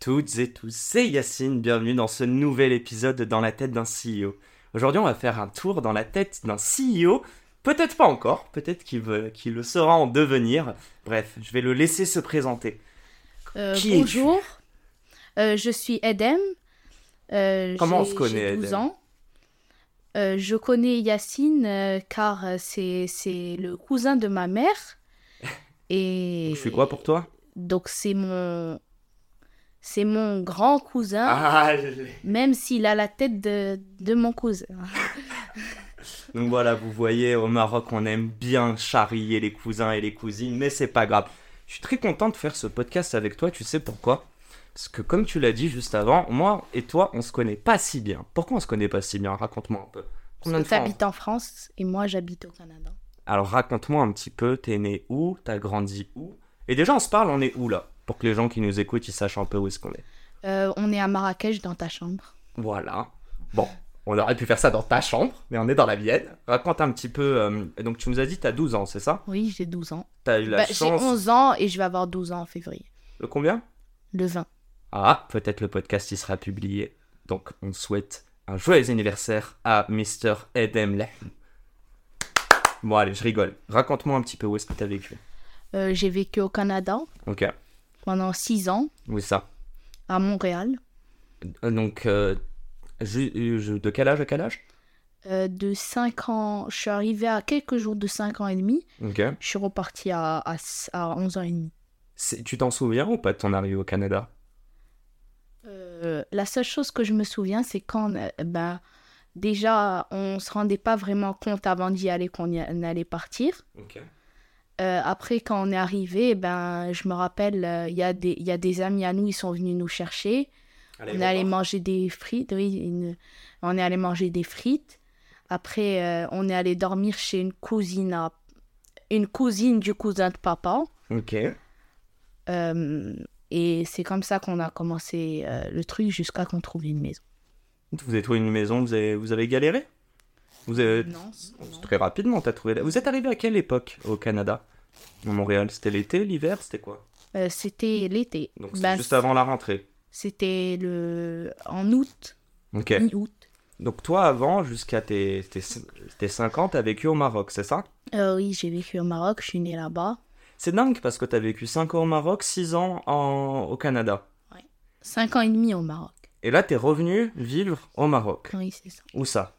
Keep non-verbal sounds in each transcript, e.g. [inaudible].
toutes et tous, c'est Yacine, bienvenue dans ce nouvel épisode de dans la tête d'un CEO. Aujourd'hui on va faire un tour dans la tête d'un CEO, peut-être pas encore, peut-être qu'il veut- qu'il le sera en devenir. Bref, je vais le laisser se présenter. Euh, Qui es-tu bonjour, Euh, je suis Edem. Euh, Comment on j'ai- se connaît, j'ai 12 Edem ans. Euh, je connais Yacine euh, car euh, c'est c'est le cousin de ma [laughs] mère. Et Je suis quoi pour toi Donc c'est mon c'est mon grand cousin, Ah. Allez même s'il a la tête de, de mon cousin. Donc voilà, vous voyez, au Maroc, on aime bien charrier les cousins et les cousines, mais c'est pas grave. Je suis très content de faire ce podcast avec toi, tu sais pourquoi Parce que comme tu l'as dit juste avant, moi et toi, on se connaît pas si bien. Pourquoi on se connaît pas si bien Raconte-moi un peu. Parce Combien de que fois on- t'habites en France et moi j'habite au Canada. Alors raconte-moi un petit peu, t'es né où T'as grandi où Et déjà, on se parle, on est où là Pour que les gens qui nous écoutent, ils sachent un peu où est-ce qu'on est. Euh, on est à Marrakech dans ta chambre. Voilà. Bon, on aurait pu faire ça dans ta chambre, mais on est dans la mienne. Raconte un petit peu. euh, donc tu nous as dit t'as 12 ans, c'est ça Oui, j'ai 12 ans. T'as eu la Bah, j'ai chance. 11 ans et je vais avoir 12 ans en février. Le combien Le 20. Ah, peut-être le podcast y sera publié. Donc, on souhaite un joyeux anniversaire à Mr. Edem Lahm. Bon, allez, je rigole. Raconte-moi un petit peu où est-ce que t'as vécu. Euh, j'ai vécu au Canada Ok, pendant 6 ans, oui, ça. à Montréal, Euh, Donc, euh, ju- ju- de quel âge à quel âge Euh, de 5 ans. Je suis arrivée à quelques jours de 5 ans et demi. Ok. Je suis repartie à, à, à 11 ans et demi. C'est- Tu t'en souviens ou pas de ton arrivée au Canada Euh, la seule chose que je me souviens, c'est quand, euh, ben, déjà, on se rendait pas vraiment compte avant d'y aller qu'on y a- on allait partir. Ok. Euh, après, quand on est arrivé, ben, je me rappelle, euh, il y, a des- il y a des amis à nous, ils sont venus nous chercher. on est allé manger des frites, oui, une- on est allé manger des frites. Après, euh, on est allé dormir chez une cousine, à- une cousine du cousin de papa. Ok. Euh, et c'est comme ça qu'on a commencé euh, le truc jusqu'à qu'on trouve une maison. Vous avez trouvé une maison, vous avez, vous avez galéré Vous avez... Non, non. Très rapidement, t'as trouvé. la- Vous êtes arrivé à quelle époque au Canada À Montréal, c'était l'été, l'hiver, c'était quoi Euh, c'était l'été. Donc c'était Ben, juste avant la rentrée. C'était le en août, Ok. mi-août. Donc toi, avant, jusqu'à tes, tes, tes 5 ans, t'as vécu au Maroc, c'est ça Euh, oui, j'ai vécu au Maroc, je suis née là-bas. C'est dingue parce que t'as vécu 5 ans au Maroc, 6 ans en- au Canada. Cinq ans et demi au Maroc. Et là, t'es revenu vivre au Maroc. Oui, c'est ça. Où ça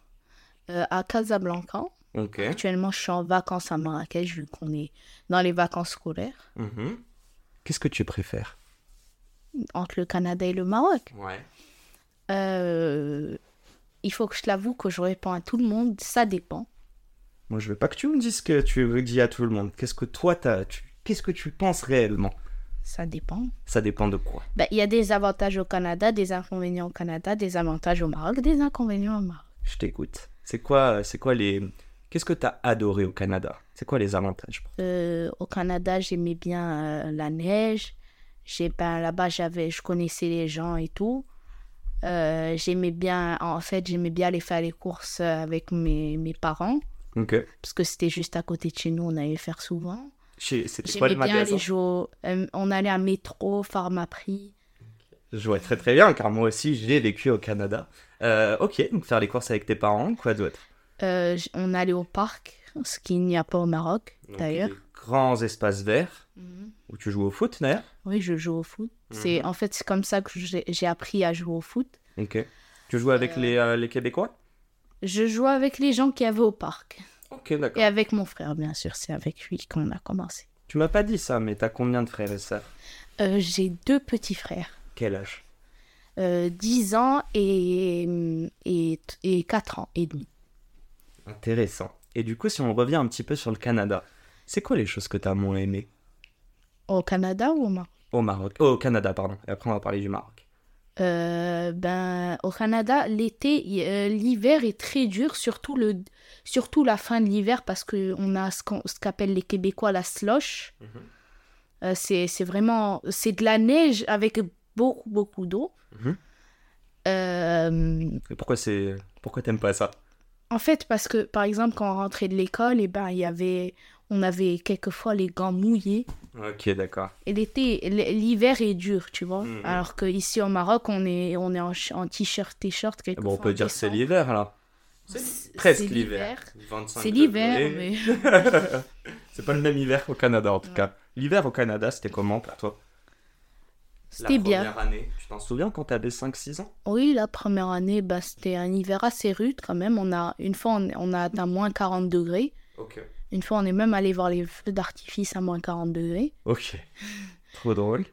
Euh, à Casablanca. Ok. Actuellement, je suis en vacances à Marrakech vu qu'on est dans les vacances scolaires Mhm. Qu'est-ce que tu préfères entre le Canada et le Maroc. Ouais. Euh, il faut que je l'avoue que je réponds à tout le monde, ça dépend. Moi, je veux pas que tu me dises ce que tu veux dire à tout le monde. Qu'est-ce que toi, t'as... tu- Qu'est-ce que tu penses réellement Ça dépend. Ça dépend de quoi Bah, Il y a des avantages au Canada, des inconvénients au Canada, des avantages au Maroc, des inconvénients au Maroc. Je t'écoute. C'est quoi, c'est quoi les... Qu'est-ce que t'as adoré au Canada C'est quoi les avantages Euh, au Canada, j'aimais bien euh, la neige. J'ai ben, là-bas, j'avais, je connaissais les gens et tout. Euh, j'aimais bien, en fait, j'aimais bien aller faire les courses euh, avec mes, mes parents Ok. parce que c'était juste à côté de chez nous, on allait faire souvent. Chez- C'était quoi J'aimais le bien magasin les jours, on allait à métro, Pharmaprix. Je vois très très bien, car moi aussi j'ai vécu au Canada. Euh, ok, donc faire les courses avec tes parents, quoi d'autre Euh, j- on allait au parc, ce qu'il n'y a pas au Maroc Donc, d'ailleurs. des Grands espaces verts, où tu joues au foot d'ailleurs. Oui, je joue au foot. Mhm. C'est en fait c'est comme ça que j'ai j'ai appris à jouer au foot. Ok. Tu joues avec les, euh, les Québécois Je jouais avec les gens qui avaient au parc. Ok, d'accord. Et avec mon frère, bien sûr, c'est avec lui qu'on a commencé. Tu m'as pas dit ça, mais t'as combien de frères et sœurs Euh, J'ai deux petits frères, Quel âge euh, 10 ans et, et, et 4 ans et demi. Intéressant. Et du coup, si on revient un petit peu sur le Canada, c'est quoi les choses que t'as moins aimées Oh, Au Canada ou au Maroc au Maroc Au Canada, pardon. Et après, on va parler du Maroc. Euh, ben, au Canada, l'été, y- euh, l'hiver est très dur, surtout, le, surtout la fin de l'hiver, parce qu'on a ce qu'on- ce qu'appellent les Québécois la slush. Mhm. Euh, c'est c'est vraiment... C'est de la neige avec beaucoup, beaucoup d'eau. Mhm. Euh, Et pourquoi c'est pourquoi t'aimes pas ça en fait, parce que, par exemple, quand on rentrait de l'école, eh ben, il y avait... On avait quelquefois les gants mouillés. Ok, d'accord. Et l'été, l- l'hiver est dur, tu vois. Mhm. Alors qu'ici au Maroc, on est, on est en, ch- en t-shirt, t-shirt. Eh ben, quelquefois on peut en dire que c'est décembre. l'hiver alors. C'est- Presque c'est l'hiver. 25 C'est l'hiver, degrés. mais C'est pas le même hiver qu'au Canada en tout cas. L'hiver au Canada, c'était comment pour toi [laughs] c'était bien. première année. Tu t'en souviens quand t'avais 5-6 ans Oui, la première année, bah, c'était un hiver assez rude quand même. On a, une fois, on, on a atteint moins 40 degrés. Ok. Une fois, on est même allé voir les feux d'artifice à moins 40 degrés. Ok. Trop drôle.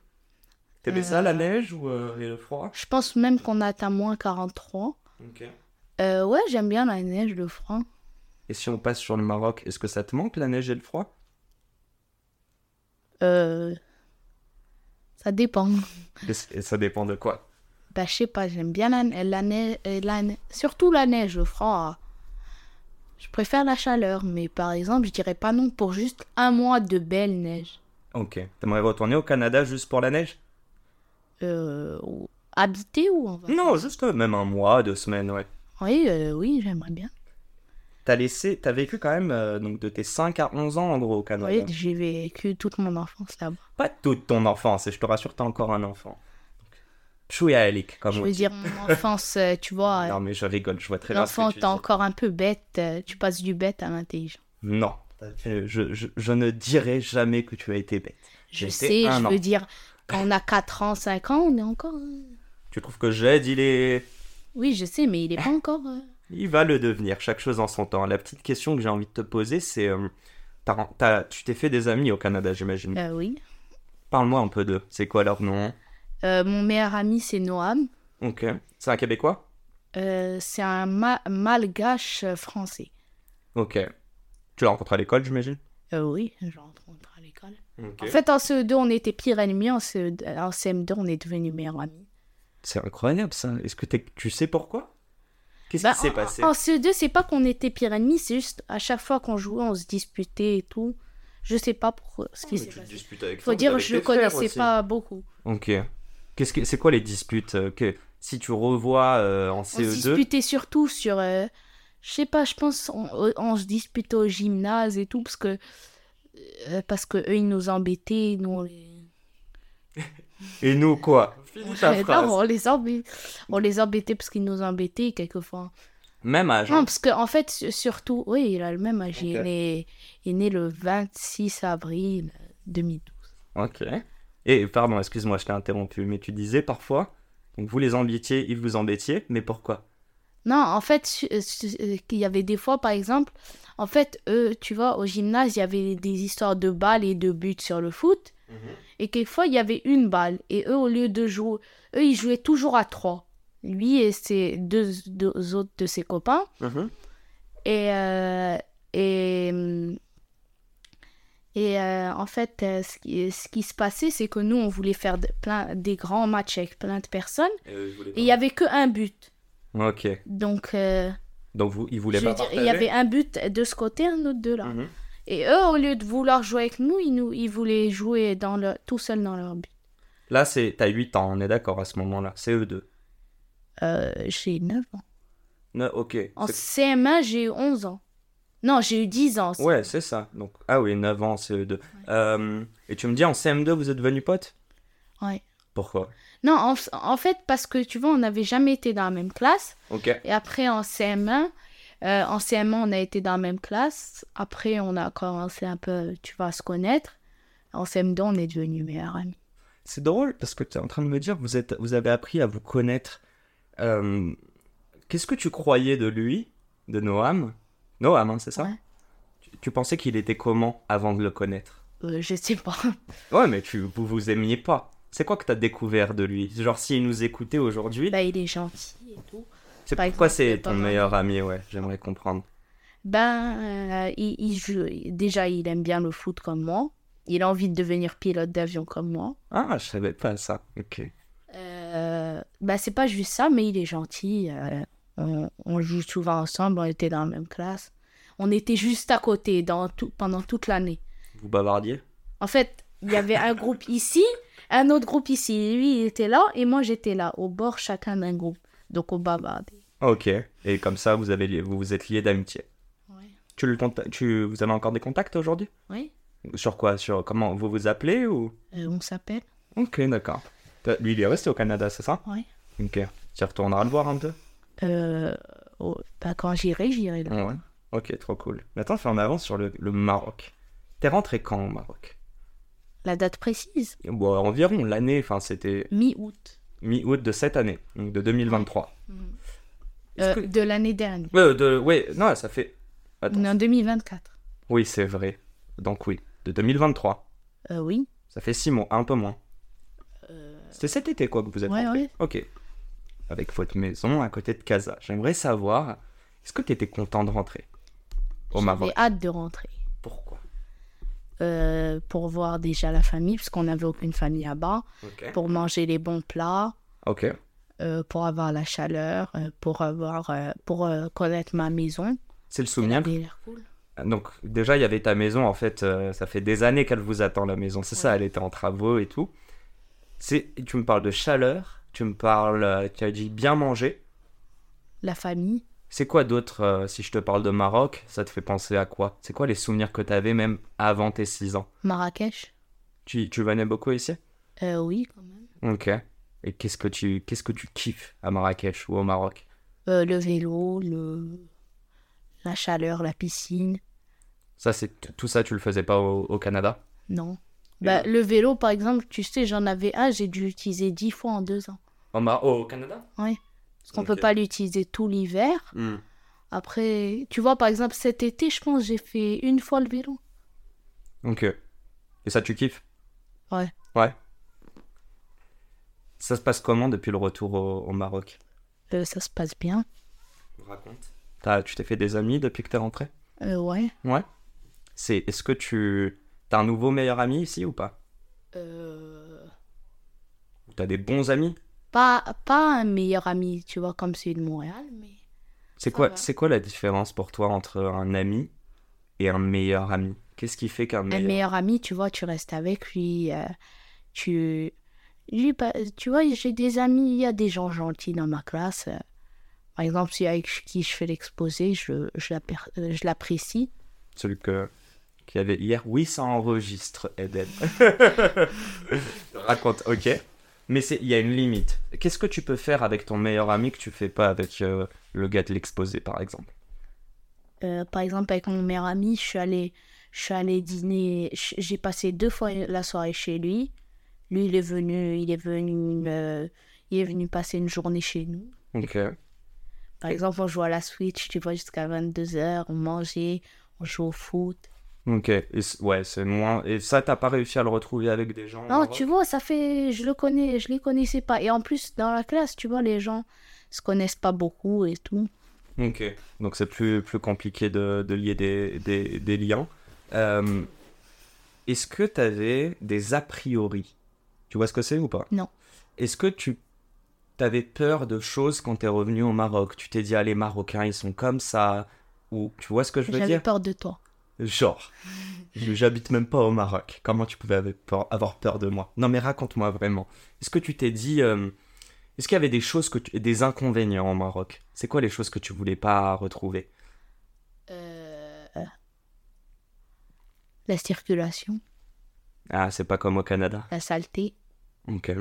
T'aimais Euh, ça la neige ou euh, et le froid Je pense même qu'on a atteint moins 43. Ok. Euh, ouais, j'aime bien la neige, le froid. Et si on passe sur le Maroc, est-ce que ça te manque la neige et le froid Euh, ça dépend. Qu'est-ce- Et ça dépend de quoi Bah, je sais pas, j'aime bien la, la neige, euh, la ne- surtout la neige, le froid. Je préfère la chaleur, mais par exemple, je dirais pas non pour juste un mois de belle neige. Ok. T'aimerais retourner au Canada juste pour la neige Euh, ou- habiter ou on va Non, juste euh, même un mois, deux semaines, ouais. Oui, euh, oui, j'aimerais bien. T'as laissé, t'as vécu quand même euh, donc de tes 5 à 11 ans en gros au Canada. Oui, j'ai vécu toute mon enfance là-bas. Pas toute ton enfance, et je te rassure, t'as encore un enfant. Chouïa Elik, comme Je on veux dit. dire, mon enfance, euh, tu vois, euh, Ah [laughs] Non mais je rigole, je vois très bien ce que l'enfant, tu t'es dis. encore un peu bête, euh, tu passes du bête à l'intelligent. Non, Euh, je, je- je ne dirai jamais que tu as été bête. Je J'étais sais, un je an. veux dire, quand on a 4 ans, 5 ans, on est encore. euh, Tu trouves que Jed, il est... Oui, je sais, mais il est pas encore. euh, Il va le devenir, chaque chose en son temps. La petite question que j'ai envie de te poser, c'est... euh, t'as- t'as- tu t'es fait des amis au Canada, j'imagine. euh, oui. Parle-moi un peu d'eux. C'est quoi leur nom Euh, mon meilleur ami, c'est Noam. Ok. C'est un Québécois Euh, c'est un ma- malgache euh, français. Ok. Tu l'as rencontré à l'école, j'imagine Euh, oui, je rencontre à l'école. Ok. En fait, en CE2, on était pire ennemis. En, CE2 en CM2, on est devenus meilleurs amis. C'est incroyable ça. Est-ce que t'es- tu sais pourquoi Qu'est-ce Bah, qui s'est en- passé En CE2, c'est pas qu'on était pire ennemis, c'est juste à chaque fois qu'on jouait, on se disputait et tout. Je sais pas pourquoi ce qui Oh, Mais s'est tu te passé. disputes avec Faut toi, dire, avec je tes le frères connaissais aussi. pas beaucoup. Ok. Qu'est-ce que c'est quoi les disputes euh, que si tu revois euh, en On se CE2 disputait surtout sur. euh, je sais pas, je pense on, on se disputait au gymnase et tout parce que. euh, parce que eux, ils nous embêtaient, nous, on les. et nous quoi Finis ta Mais [laughs] non, phrase. on les embêtait, on les embêtait parce qu'ils nous embêtaient quelquefois. Même âge. hein. Non, parce qu'en en fait, su- surtout, oui, il a le même âge. Il, Ok. est né, il est né le 26 avril 2012. Ok. Et pardon, excuse-moi, je t'ai interrompu, mais tu disais parfois donc vous les embêtiez, ils vous embêtiez, mais pourquoi Non, en fait, su- euh, su- euh, qu'il y avait des fois, par exemple, en fait, eux, tu vois, au gymnase, il y avait des histoires de balles et de buts sur le foot. Et quelquefois, il y avait une balle. Et eux, au lieu de jouer, eux, ils jouaient toujours à trois. Lui et ses deux- deux autres de ses copains. Mhm. Et, euh, et, hum, et euh, en fait, euh, ce qui, ce qui se passait, c'est que nous, on voulait faire de- plein, des grands matchs avec plein de personnes. Euh, Et il n'y avait que un but. Ok. Donc, euh, Donc vous, ils je voulaient veux pas dire, partager. il y avait un but de ce côté, un autre de là. Mhm. Et eux, au lieu de vouloir jouer avec nous, ils, nous, ils voulaient jouer dans leur, tout seuls dans leur but. Là, c'est t'as 8 ans, on est d'accord à ce moment-là. E CE2. Euh, j'ai 9 ans. Ne- ok. En C'est- CM1, j'ai eu 11 ans. Non, j'ai eu 10 ans. Ouais, c'est ça. Donc, ah oui, 9 ans, CE2. Euh, et tu me dis, en CM2, vous êtes devenus potes Ouais. Pourquoi Non, en, en fait, parce que tu vois, on n'avait jamais été dans la même classe. Ok. Et après, en CM1, euh, en CM1, on a été dans la même classe. Après, on a commencé un peu, tu vas se connaître. En CM2, on est devenus meilleurs amis. C'est drôle parce que tu es en train de me dire, vous, êtes, vous avez appris à vous connaître. Euh, Qu'est-ce que tu croyais de lui, de Noam Noam, hein, c'est ça Ouais. tu, tu pensais qu'il était comment avant de le connaître Euh, je sais pas. Ouais, mais tu, vous vous aimiez pas. C'est quoi que t'as découvert de lui Genre, s'il nous écoutait aujourd'hui, bah, il est gentil et tout. c'est par pourquoi exemple, c'est c'est pas ton mal. meilleur ami, ouais, j'aimerais comprendre. Ben, euh, il, il joue- déjà, il aime bien le foot comme moi. Il a envie de devenir pilote d'avion comme moi. Ah, je savais pas ça. Ok. Euh, Euh, bah, c'est pas juste ça, mais il est gentil. euh, on, on joue souvent ensemble, on était dans la même classe. On était juste à côté dans tout, pendant toute l'année. Vous bavardiez En fait, il y avait un groupe ici, un autre groupe ici. Lui, il était là et moi, j'étais là, au bord chacun d'un groupe. Donc, on bavardait. Ok. Et comme ça, vous avez, li- vous, vous êtes liés d'amitié. Oui. Tu le conta- tu, vous avez encore des contacts aujourd'hui Oui. Sur quoi Sur comment vous vous appelez ou Euh, on s'appelle. Ok, d'accord. T'as- Lui, il est resté au Canada, c'est ça Oui. Ok. Tu retourneras le voir un peu Euh, oh, bah, quand j'irai, j'irai là. Ouais. Ok, trop cool. Maintenant, fais en avance sur le, le Maroc. T'es rentré quand au Maroc La date précise, Bon, environ l'année, enfin, c'était mi-août. mi-août de cette année, donc de 2023. Euh, Est-ce que- De l'année dernière. Euh, de... Ouais, non, ça fait... Attends. On est en 2024. Oui, c'est vrai. Donc oui, de 2023. Euh, oui. Ça fait six mois, un peu moins. C'était cet été, quoi, que vous êtes Euh, Ouais, rentré. ouais. Ok. Avec votre maison à côté de Casa. J'aimerais savoir, est-ce que t'étais content de rentrer au Maroc J'avais hâte de rentrer. Pourquoi Euh, pour voir déjà la famille, parce qu'on n'avait aucune famille là-bas. Ok. Pour manger les bons plats, Ok. euh, pour avoir la chaleur, euh, pour, avoir, euh, pour euh, connaître ma maison. C'est le souvenir. Ah, Elle avait l'air cool. Donc déjà, il y avait ta maison, en fait, euh, ça fait des années qu'elle vous attend, la maison. C'est ça, Ouais. elle était en travaux et tout. C'est, Tu me parles de chaleur, tu me parles, euh, tu as dit bien manger. La famille, C'est quoi d'autre, euh, si je te parle de Maroc, ça te fait penser à quoi C'est quoi les souvenirs que t'avais même avant tes 6 ans Marrakech. tu, tu venais beaucoup ici Euh, oui, quand même. Ok. Et qu'est-ce que tu qu'est-ce que tu kiffes à Marrakech ou au Maroc Euh, le vélo, le... la chaleur, la piscine. Ça c'est t- tout ça tu le faisais pas au, au Canada Non. Bah, Euh. le vélo, par exemple, tu sais, j'en avais un, j'ai dû l'utiliser dix fois en deux ans. Au, Mar- au Canada Parce qu'on ne Ok. peut pas l'utiliser tout l'hiver. Après, tu vois, par exemple, cet été, je pense, j'ai fait une fois le vélo. Ok. Et ça tu kiffes Ouais. Ouais. Ça se passe comment depuis le retour au, au Maroc Euh, ça se passe bien. Raconte. T'as, tu t'es fait des amis depuis que t'es rentré Euh, ouais. C'est est-ce que tu t'as un nouveau meilleur ami ici ou pas Euh, Ou t'as des bons amis Pas, pas un meilleur ami, tu vois, comme celui de Montréal, mais C'est Ça quoi, va. c'est quoi la différence pour toi entre un ami et un meilleur ami Qu'est-ce qui fait qu'un un meilleur... meilleur ami, tu vois, tu restes avec lui. euh, tu... Lui, pa- tu vois, j'ai des amis, il y a des gens gentils dans ma classe. euh. Par exemple, si avec qui je fais l'exposé, je, je l'apprécie- euh, je l'apprécie. Celui que... qu'il y avait hier Oui, ça enregistre, Eden. Raconte, ok. Mais c'est- il y a une limite. Qu'est-ce que tu peux faire avec ton meilleur ami que tu fais pas avec euh, le gars de l'exposé, par exemple Euh, par exemple, avec mon meilleur ami, je suis allée, je suis allée dîner. j- J'ai passé deux fois la soirée chez lui. Lui, il est venu, il est venu, euh, il est venu passer une journée chez nous. Ok. Par exemple, on joue à la Switch, tu vois, jusqu'à 22h, on mangeait, on joue au foot. Ok. Et c- ouais, c'est moins... Et ça, t'as pas réussi à le retrouver avec des gens Non, heureux tu vois, ça fait. Je le connais, je les connaissais pas. Et en plus, dans la classe, tu vois, les gens se connaissent pas beaucoup et tout. Ok. Donc c'est plus, plus compliqué de, de lier des, des, des liens. Euh, Est-ce que tu avais des a priori Tu vois ce que c'est ou pas Non. Est-ce que tu avais peur de choses quand t'es revenu au Maroc Tu t'es dit, ah, les Marocains, ils sont comme ça Ou tu vois ce que je veux J'avais dire peur de toi. Genre, j'habite même pas au Maroc. Comment tu pouvais avoir peur, avoir peur de moi Non mais raconte-moi vraiment. Est-ce que tu t'es dit... euh, Est-ce qu'il y avait des choses que tu... des inconvénients au Maroc C'est quoi les choses que tu voulais pas retrouver Euh, La circulation, Ah, c'est pas comme au Canada. la saleté. Ok.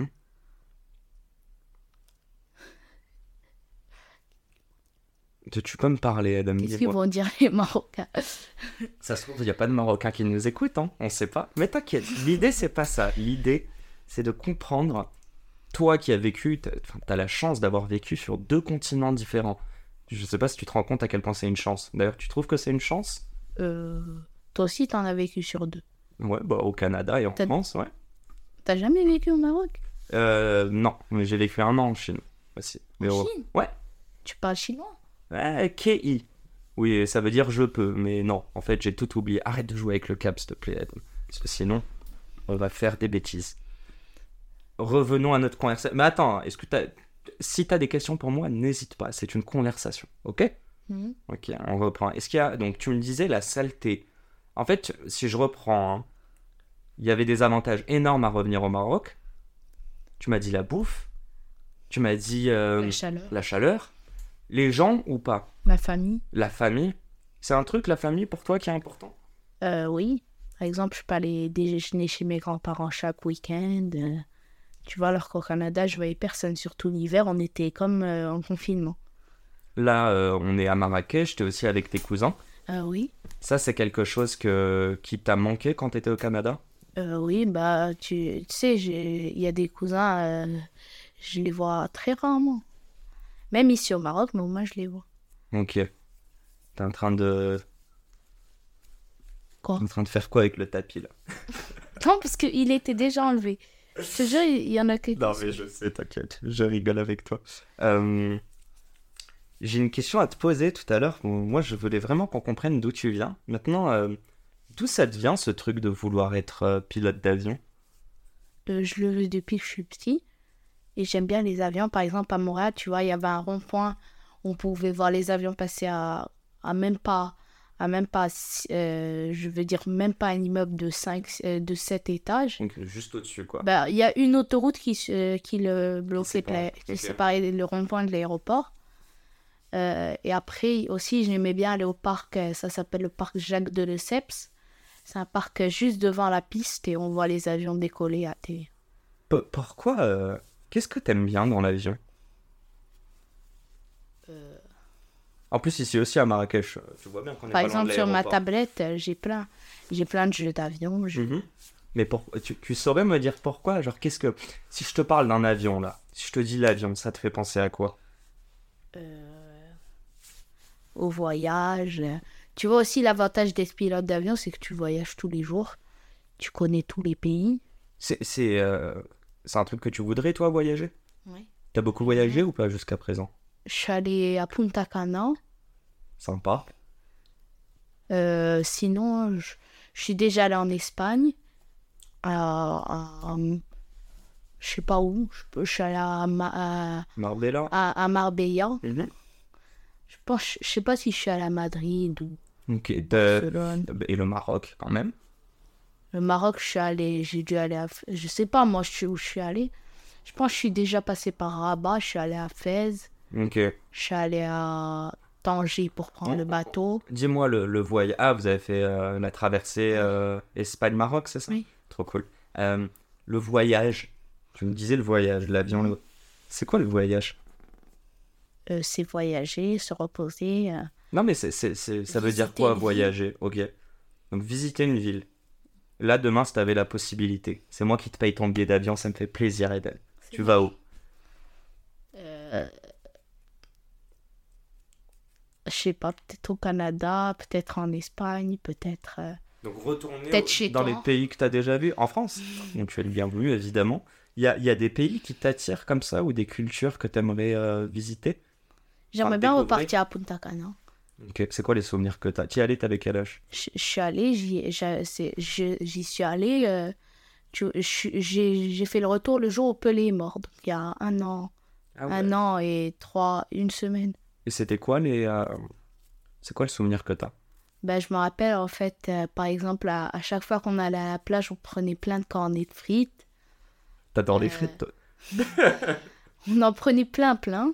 Tu tu peux me parler, Adam Qu'est-ce qu'ils dis-moi. vont dire les [laughs] Marocains Ça se trouve, il n'y a pas de Marocains qui nous écoutent, hein on sait pas. Mais t'inquiète, l'idée, c'est pas ça. L'idée, c'est de comprendre, toi qui as vécu, t'as enfin, t'as la chance d'avoir vécu sur deux continents différents. Je sais pas si tu te rends compte à quel point c'est une chance. D'ailleurs, tu trouves que c'est une chance Euh, toi aussi, t'en as vécu sur deux. Ouais, bah au Canada et en T'as- France, ouais. T'as jamais vécu au Maroc Euh, non, mais j'ai vécu un an en Chine. Bah, si. Mais En au- Chine Ouais. Tu parles chinois Ah, KI. Oui, euh, ça veut dire je peux, mais non, en fait, j'ai tout oublié. Arrête de jouer avec le cap, s'il te plaît, Adam. Parce que sinon, on va faire des bêtises. revenons à notre conversation. Mais attends, est-ce que t'as... si tu as des questions pour moi, n'hésite pas, c'est une conversation, ok Mhm. Ok, on reprend. Est-ce qu'il y a... Donc tu me disais la saleté. En fait, si je reprends, hein, il y avait des avantages énormes à revenir au Maroc. Tu m'as dit la bouffe. Tu m'as dit euh, La chaleur, la chaleur. Les gens ou pas la famille. La famille. C'est un truc, la famille, pour toi, qui est important Euh, oui. Par exemple, je peux aller déjeuner chez mes grands-parents chaque week-end. euh, Tu vois, alors qu'au Canada, je voyais personne, surtout l'hiver, on était comme euh, en confinement. Là, euh, on est à Marrakech, t'es aussi avec tes cousins. Euh, oui. Ça, c'est quelque chose que... qui t'a manqué quand t'étais au Canada Euh, oui, bah, tu, tu sais, j'ai- il y a des cousins, euh, je les vois très rarement. Même ici au Maroc, mais au moins, je les vois. Ok. T'es en train de... Quoi en train de faire quoi avec le tapis, là Non, parce qu'il était déjà enlevé. Je te jure, il y en a que... Non, mais je sais, t'inquiète, je rigole avec toi. Euh, J'ai une question à te poser tout à l'heure. Bon, Moi, je voulais vraiment qu'on comprenne d'où tu viens. Maintenant, euh, d'où ça te vient ce truc de vouloir être euh, pilote d'avion Euh, je le veux depuis que je suis petit. Et j'aime bien les avions. Par exemple, à Montréal, tu vois, il y avait un rond-point. On pouvait voir les avions passer à, à même pas, à même pas, si- euh, je veux dire, même pas un immeuble de, cinq, euh, de 7 étages. Donc, Juste au-dessus, quoi. Bah, il y a une autoroute qui, se- qui le bloquait, sépare, pla- qui ok. séparait le rond-point de l'aéroport. Euh, et après aussi, j'aimais bien aller au parc, euh, ça s'appelle le parc Jacques de Lesseps. C'est un parc euh, juste devant la piste et on voit les avions décoller à tes... P- pourquoi euh, Qu'est-ce que t'aimes bien dans l'avion Euh, En plus, ici aussi à Marrakech, euh, tu vois bien qu'on est Par pas loin de exemple, sur ma l'aéroport. tablette, euh, j'ai plein, j'ai plein de jeux d'avion. je- Mhm. Mais pour- tu, tu saurais me dire pourquoi Genre, qu'est-ce que. Si je te parle d'un avion, là, si je te dis l'avion, ça te fait penser à quoi euh, au voyage. Tu vois aussi l'avantage des pilotes d'avion, c'est que tu voyages tous les jours. Tu connais tous les pays. C'est c'est, euh, c'est un truc que tu voudrais, toi, voyager Mhm. T'as beaucoup voyagé ou pas jusqu'à présent Je suis allée à Punta Cana. Sympa. Euh, sinon, je, je suis déjà allée en Espagne. À, à- je sais pas où. Je, je suis allée à, Ma- à, Marbella à- à Marbella. Mhm. Je, pense, je sais pas si je suis allée à Madrid ou Ok. t'as- Barcelone. Et le Maroc, quand même. Le Maroc, je suis allée, j'ai dû aller à... F- Je sais pas, moi, je suis où je suis allée. Je pense que je suis déjà passée par Rabat, je suis allée à Fès, Ok. je suis allée à Tanger pour prendre Oh. le bateau. Dis-moi le, le voyage. Ah, vous avez fait euh, la traversée euh, Espagne-Maroc, c'est ça Oui. Trop cool. Euh, le voyage. Tu me disais le voyage, l'avion. le- C'est quoi le voyage Euh, c'est voyager, se reposer. euh. Non, mais c'est, c'est- c'est- ça veut dire Visiter quoi une ville. voyager Ok. Donc, visiter une ville. Là, demain, si t'avais la possibilité, c'est moi qui te paye ton billet d'avion, ça me fait plaisir, Eden. Tu vas où Euh, Je sais pas, peut-être au Canada, peut-être en Espagne, peut-être... euh, Donc retourner Peut-être au- chez dans toi. les pays que tu as déjà vus, en France, donc tu es le bienvenu évidemment. Il y a, il y a des pays qui t'attirent comme ça ou des cultures que tu aimerais visiter. J'aimerais Enfin, bien découvrir. repartir à Punta Cana. Ok, C'est quoi les souvenirs que tu as Tu allé, t'avais quel âge je je suis allée, j'y j'a- c'est- je- j'y suis allée, euh, tu- je suis- j'ai j'ai fait le retour le jour où Pelé est mort, donc il y a un an, Ah un an et trois, une semaine. Et c'était quoi les. euh, C'est quoi le souvenir que tu as Ben, je me rappelle en fait, euh, par exemple, à, à chaque fois qu'on allait à la plage, on prenait plein de cornets de frites. T'adores les Euh, frites toi On en prenait plein, plein.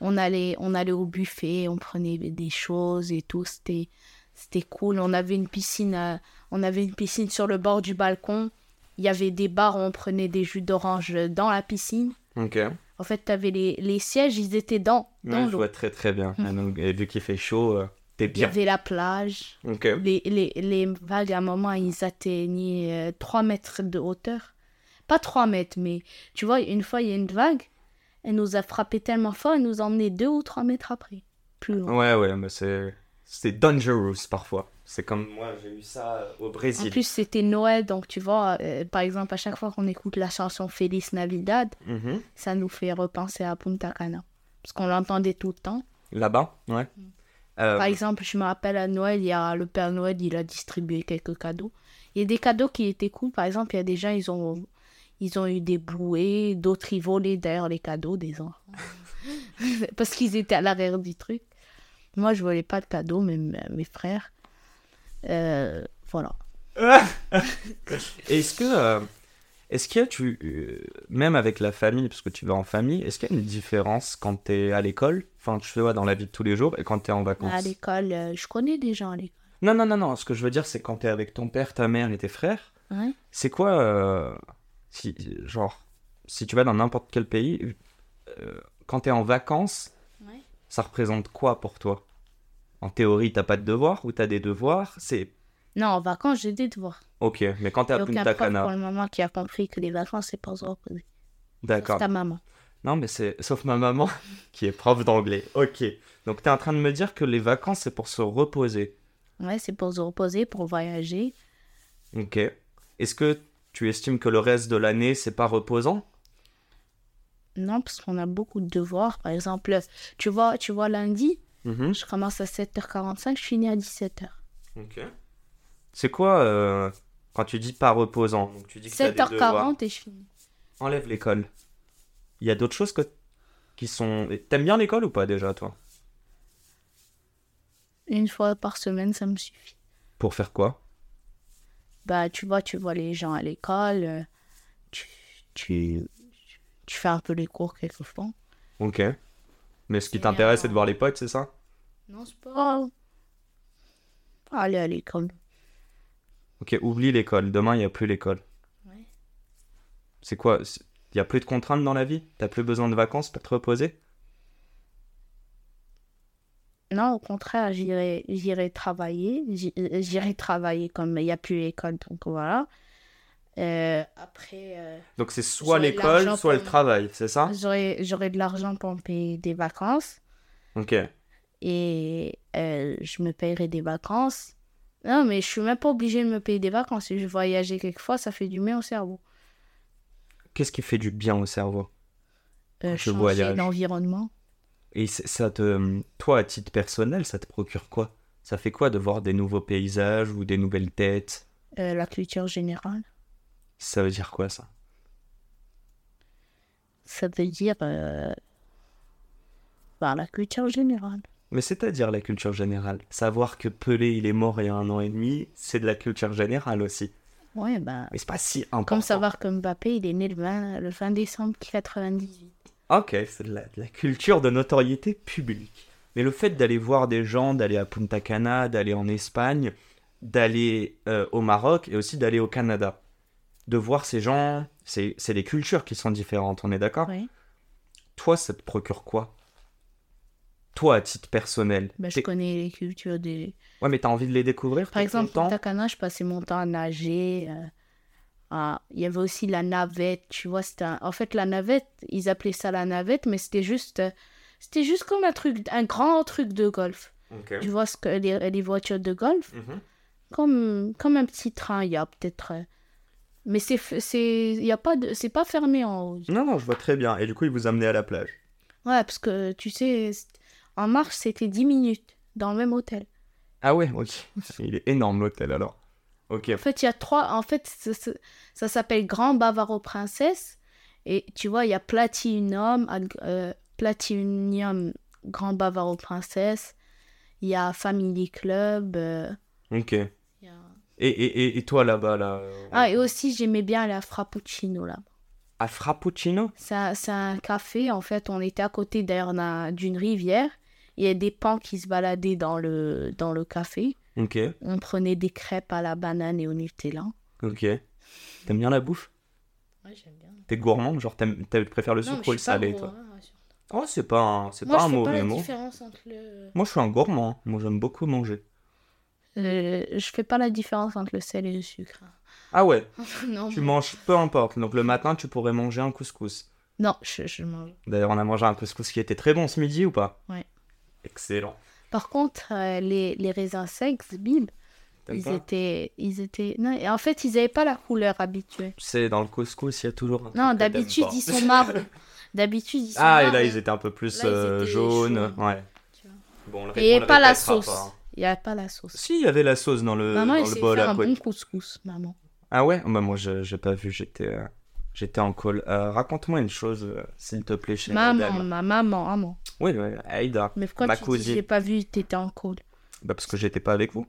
On allait, on allait au buffet, on prenait des choses et tout. C'était, c'était cool. On avait une piscine, euh, on avait une piscine sur le bord du balcon. Il y avait des bars où on prenait des jus d'orange dans la piscine. Ok. En fait, t'avais les, les sièges, ils étaient dans, dans Ouais, je l'eau. vois très [laughs] très bien. Mm. Ah, donc, et vu qu'il fait chaud, euh, t'es Il y bien. avait la plage. Ok. Les, les, les vagues, à un moment, ils atteignaient euh, 3 mètres de hauteur. Pas 3 mètres, mais tu vois, une fois, il y a une vague, elle nous a frappé tellement fort, elle nous a emmené 2 ou 3 mètres après. Plus loin. Ouais, ouais, mais c'est. C'est dangerous parfois. C'est comme moi, j'ai eu ça euh, au En Brésil. plus, c'était Noël, donc tu vois, euh, par exemple, à chaque fois qu'on écoute la chanson Feliz Navidad, Mhm. ça nous fait repenser à Punta Cana. Parce qu'on l'entendait tout le temps. Là-bas, ouais. Euh, Par exemple, je me rappelle à Noël, il y a le Père Noël, il a distribué quelques cadeaux. Il y a des cadeaux qui étaient cool. Par exemple, il y a des gens, ils ont, ils ont eu des bouées, d'autres ils volaient derrière les cadeaux des enfants. [laughs] Parce qu'ils étaient à l'arrière du truc. Moi, je volais pas de cadeaux, mais m- mes frères. Euh, voilà. Est-ce que. euh, est-ce qu'il y a, tu, euh, même avec la famille, parce que tu vas en famille, est-ce qu'il y a une différence quand t'es à l'école, enfin tu vois dans la vie de tous les jours, et quand t'es en vacances À l'école, euh, je connais des gens à l'école. Non, non, non, non, ce que je veux dire c'est quand t'es avec ton père, ta mère et tes frères, Ouais. c'est quoi, euh, si, genre, si tu vas dans n'importe quel pays, euh, quand t'es en vacances, Ouais. ça représente quoi pour toi En théorie, t'as pas de devoirs ou t'as des devoirs, c'est... Non, en vacances, j'ai des devoirs. Ok, mais quand t'es Il n'y à a aucun Punta prof pour Cana, le moment qui a compris que les vacances, c'est pas se reposer. C'est d'accord. ta maman. Non, mais c'est sauf ma maman [laughs] qui est prof d'anglais. Ok. Donc t'es en train de me dire que les vacances c'est pour se reposer. Ouais, c'est pour se reposer, pour voyager. Ok. Est-ce que tu estimes que le reste de l'année c'est pas reposant Non, parce qu'on a beaucoup de devoirs. Par exemple, tu vois, tu vois lundi, Mhm. je commence à 7h45, je finis à 17h. Ok. C'est quoi euh, quand tu dis pas reposant Donc tu dis que t'as des devoirs. 7h40 et je finis. Enlève l'école. Il y a d'autres choses que qui sont. et T'aimes bien l'école ou pas déjà toi Une fois par semaine, ça me suffit. Pour faire quoi Bah, tu vois, tu vois les gens à l'école, euh, tu, tu, tu fais un peu les cours quelquefois. Ok. Mais ce qui C'est euh, t'intéresse un- c'est de voir les potes, c'est ça Non, c'est pas... pas aller à l'école. Ok. Oublie l'école. Demain il y a plus l'école. Ouais. C'est quoi Il y a plus de contraintes dans la vie T'as plus besoin de vacances pour te reposer Non, au contraire, j'irai, j'irai travailler. J'i- euh, J'irai travailler comme il n'y a plus l'école, donc voilà. Euh, après, euh, Donc c'est soit J'aurai de l'école, l'argent soit le pour- travail, c'est ça j'aurai, j'aurai de l'argent pour me payer des vacances Ok. et euh, je me payerai des vacances. Non, mais je suis même pas obligée de me payer des vacances. Si je voyageais quelquefois, ça fait du bien au cerveau. Qu'est-ce qui fait du bien au cerveau Euh, Je changer voyage. d'environnement. Et c'est- ça te... Toi, à titre personnel, ça te procure quoi Ça fait quoi de voir des nouveaux paysages ou des nouvelles têtes Euh, la culture générale, Ça veut dire quoi ça ça veut dire... euh, bah, la culture générale. Mais c'est-à-dire la culture générale. Savoir que Pelé, il est mort il y a un an et demi, c'est de la culture générale aussi. Ouais, ben... Mais c'est pas si important. Comme savoir que Mbappé, il est né le 20, le 20 décembre 98. Ok, c'est de la, de la culture de notoriété publique. Mais le fait d'aller voir des gens, d'aller à Punta Cana, d'aller en Espagne, d'aller euh, au Maroc et aussi d'aller au Canada, de voir ces gens, c'est c'est des cultures qui sont différentes, on est d'accord Ouais. Toi, ça te procure quoi Toi, à titre personnel. Ben, je t'es- connais les cultures des... Ouais, mais t'as envie de les découvrir Par t'es exemple, content Punta Cana, je passais mon temps à nager. euh, à- Il y avait aussi la navette, tu vois. c'était un- En fait, la navette, ils appelaient ça la navette, mais c'était juste... euh, C'était juste comme un truc, un grand truc de golf. Ok. Tu vois ce que les, les voitures de golf, Mhm. comme comme un petit train, il y a peut-être, euh, mais c'est f- c'est il y a pas de c'est pas fermé en haut. Non, non, je vois très bien. Et du coup, ils vous amenaient à la plage. Ouais, parce que tu sais, c- en marche, c'était 10 minutes dans le même hôtel. Ah ouais, ok. [laughs] Il est énorme l'hôtel alors. Ok. En fait, il y a trois. En fait, c- c- ça s'appelle Grand Bavaro Princesse. Et tu vois, il y a Platinum, Ad- euh, Platinum Grand Bavaro Princesse. Il y a Family Club. euh, Ok. Et, il y a- et- et- et toi là-bas, là euh, Ah, et aussi, j'aimais bien la Frappuccino là. À Frappuccino C'est un, c'est un café. En fait, on était à côté d'ailleurs d'un- d'une rivière. Il y a des pans qui se baladaient dans le, dans le café. Ok, On prenait des crêpes à la banane et au Nutella. ok. T'aimes bien la bouffe Ouais, j'aime bien. T'es gourmand Genre, t'aimes- t'aimes- tu préfères le sucre ou le salé, toi hein, Oh, c'est pas un, c'est pas un mauvais mot. différence entre le... Moi, je suis un gourmand. Moi, j'aime beaucoup manger. Euh, je fais pas la différence entre le sel et le sucre. hein. Ah ouais, non, tu mais- manges, peu importe. Donc, le matin, tu pourrais manger un couscous. non je, je mange. D'ailleurs, on a mangé un couscous qui était très bon ce midi ou pas Ouais. Excellent. Par contre, euh, les, les raisins secs, bim, T'aimes ils pas étaient, ils étaient... Non, et en fait, ils avaient pas la couleur habituée. Tu sais, dans le couscous, il y a toujours un truc Non, que t'aimes d'habitude, pas. ils sont [laughs] marrons. D'habitude, ils sont Ah, et là, marrons. ils étaient un peu plus Là, ils euh, étaient jaunes. chauds. Ouais. Tu vois. Bon, on le- on Et le pas la répétera sauce. pas, hein. Il y a pas la sauce. Si, il y avait la sauce dans le, maman, dans elle le s'est bol fait à un côté. bon couscous, maman. Ah ouais Bah moi je- j'ai pas vu, j'étais euh, J'étais en call. Euh, Raconte-moi une chose, euh, s'il te plaît, chez Maman, madame. ma maman, maman. Oui, oui, Aïda. Mais pourquoi Ma tu dis cousine. j'ai pas vu, t'étais en call Bah, parce que j'étais pas avec vous.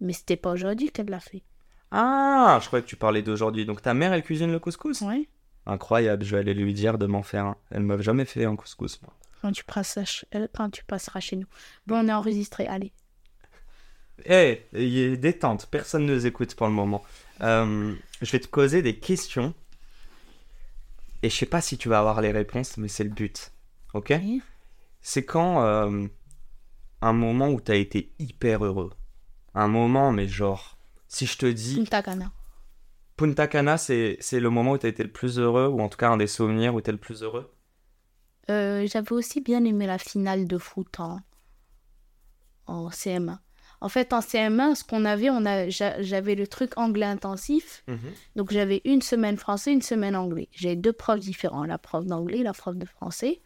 Mais c'était pas aujourd'hui qu'elle l'a fait. Ah, je croyais que tu parlais d'aujourd'hui. Donc, ta mère, elle cuisine le couscous Ouais. Incroyable, je vais aller lui dire de m'en faire un. Elle m'a jamais fait un couscous, moi. Quand tu, passeras, ch- euh, quand tu passeras chez nous. Bon, on est enregistré, allez. Eh, il est détente, personne ne nous écoute pour le moment. Euh, je vais te poser des questions. Et je sais pas si tu vas avoir les réponses, mais c'est le but. Ok Oui. C'est quand euh, un moment où t'as été hyper heureux. Un moment, mais genre, si je te dis Punta Cana. Punta Cana, c'est c'est le moment où t'as été le plus heureux, ou en tout cas un des souvenirs où t'es le plus heureux. Euh, J'avais aussi bien aimé la finale de foot en, en CM1. En fait, en CM1, ce qu'on avait, on a, j'a- j'avais le truc anglais intensif. Donc, j'avais une semaine français, une semaine anglais. J'ai deux profs différents, la prof d'anglais, la prof de français.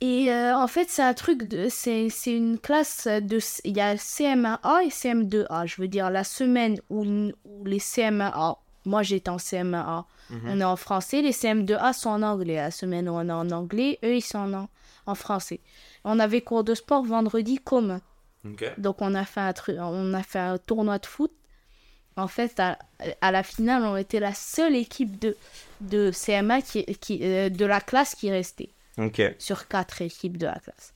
Et euh, en fait, c'est un truc de. C'est c'est une classe de. Il y a CM1A et CM2A. Je veux dire, la semaine où, où les CM1A. Moi, j'étais en CM1A. Mhm. On est en français, les CM2A sont en anglais. La semaine où on est en anglais, eux, ils sont en, en français. On avait cours de sport vendredi commun. Ok. Donc, on a fait un, tru- on a fait un tournoi de foot. En fait, à, à la finale, on était la seule équipe de, de CMA qui, qui, euh, de la classe qui restait, Ok. sur quatre équipes de la classe.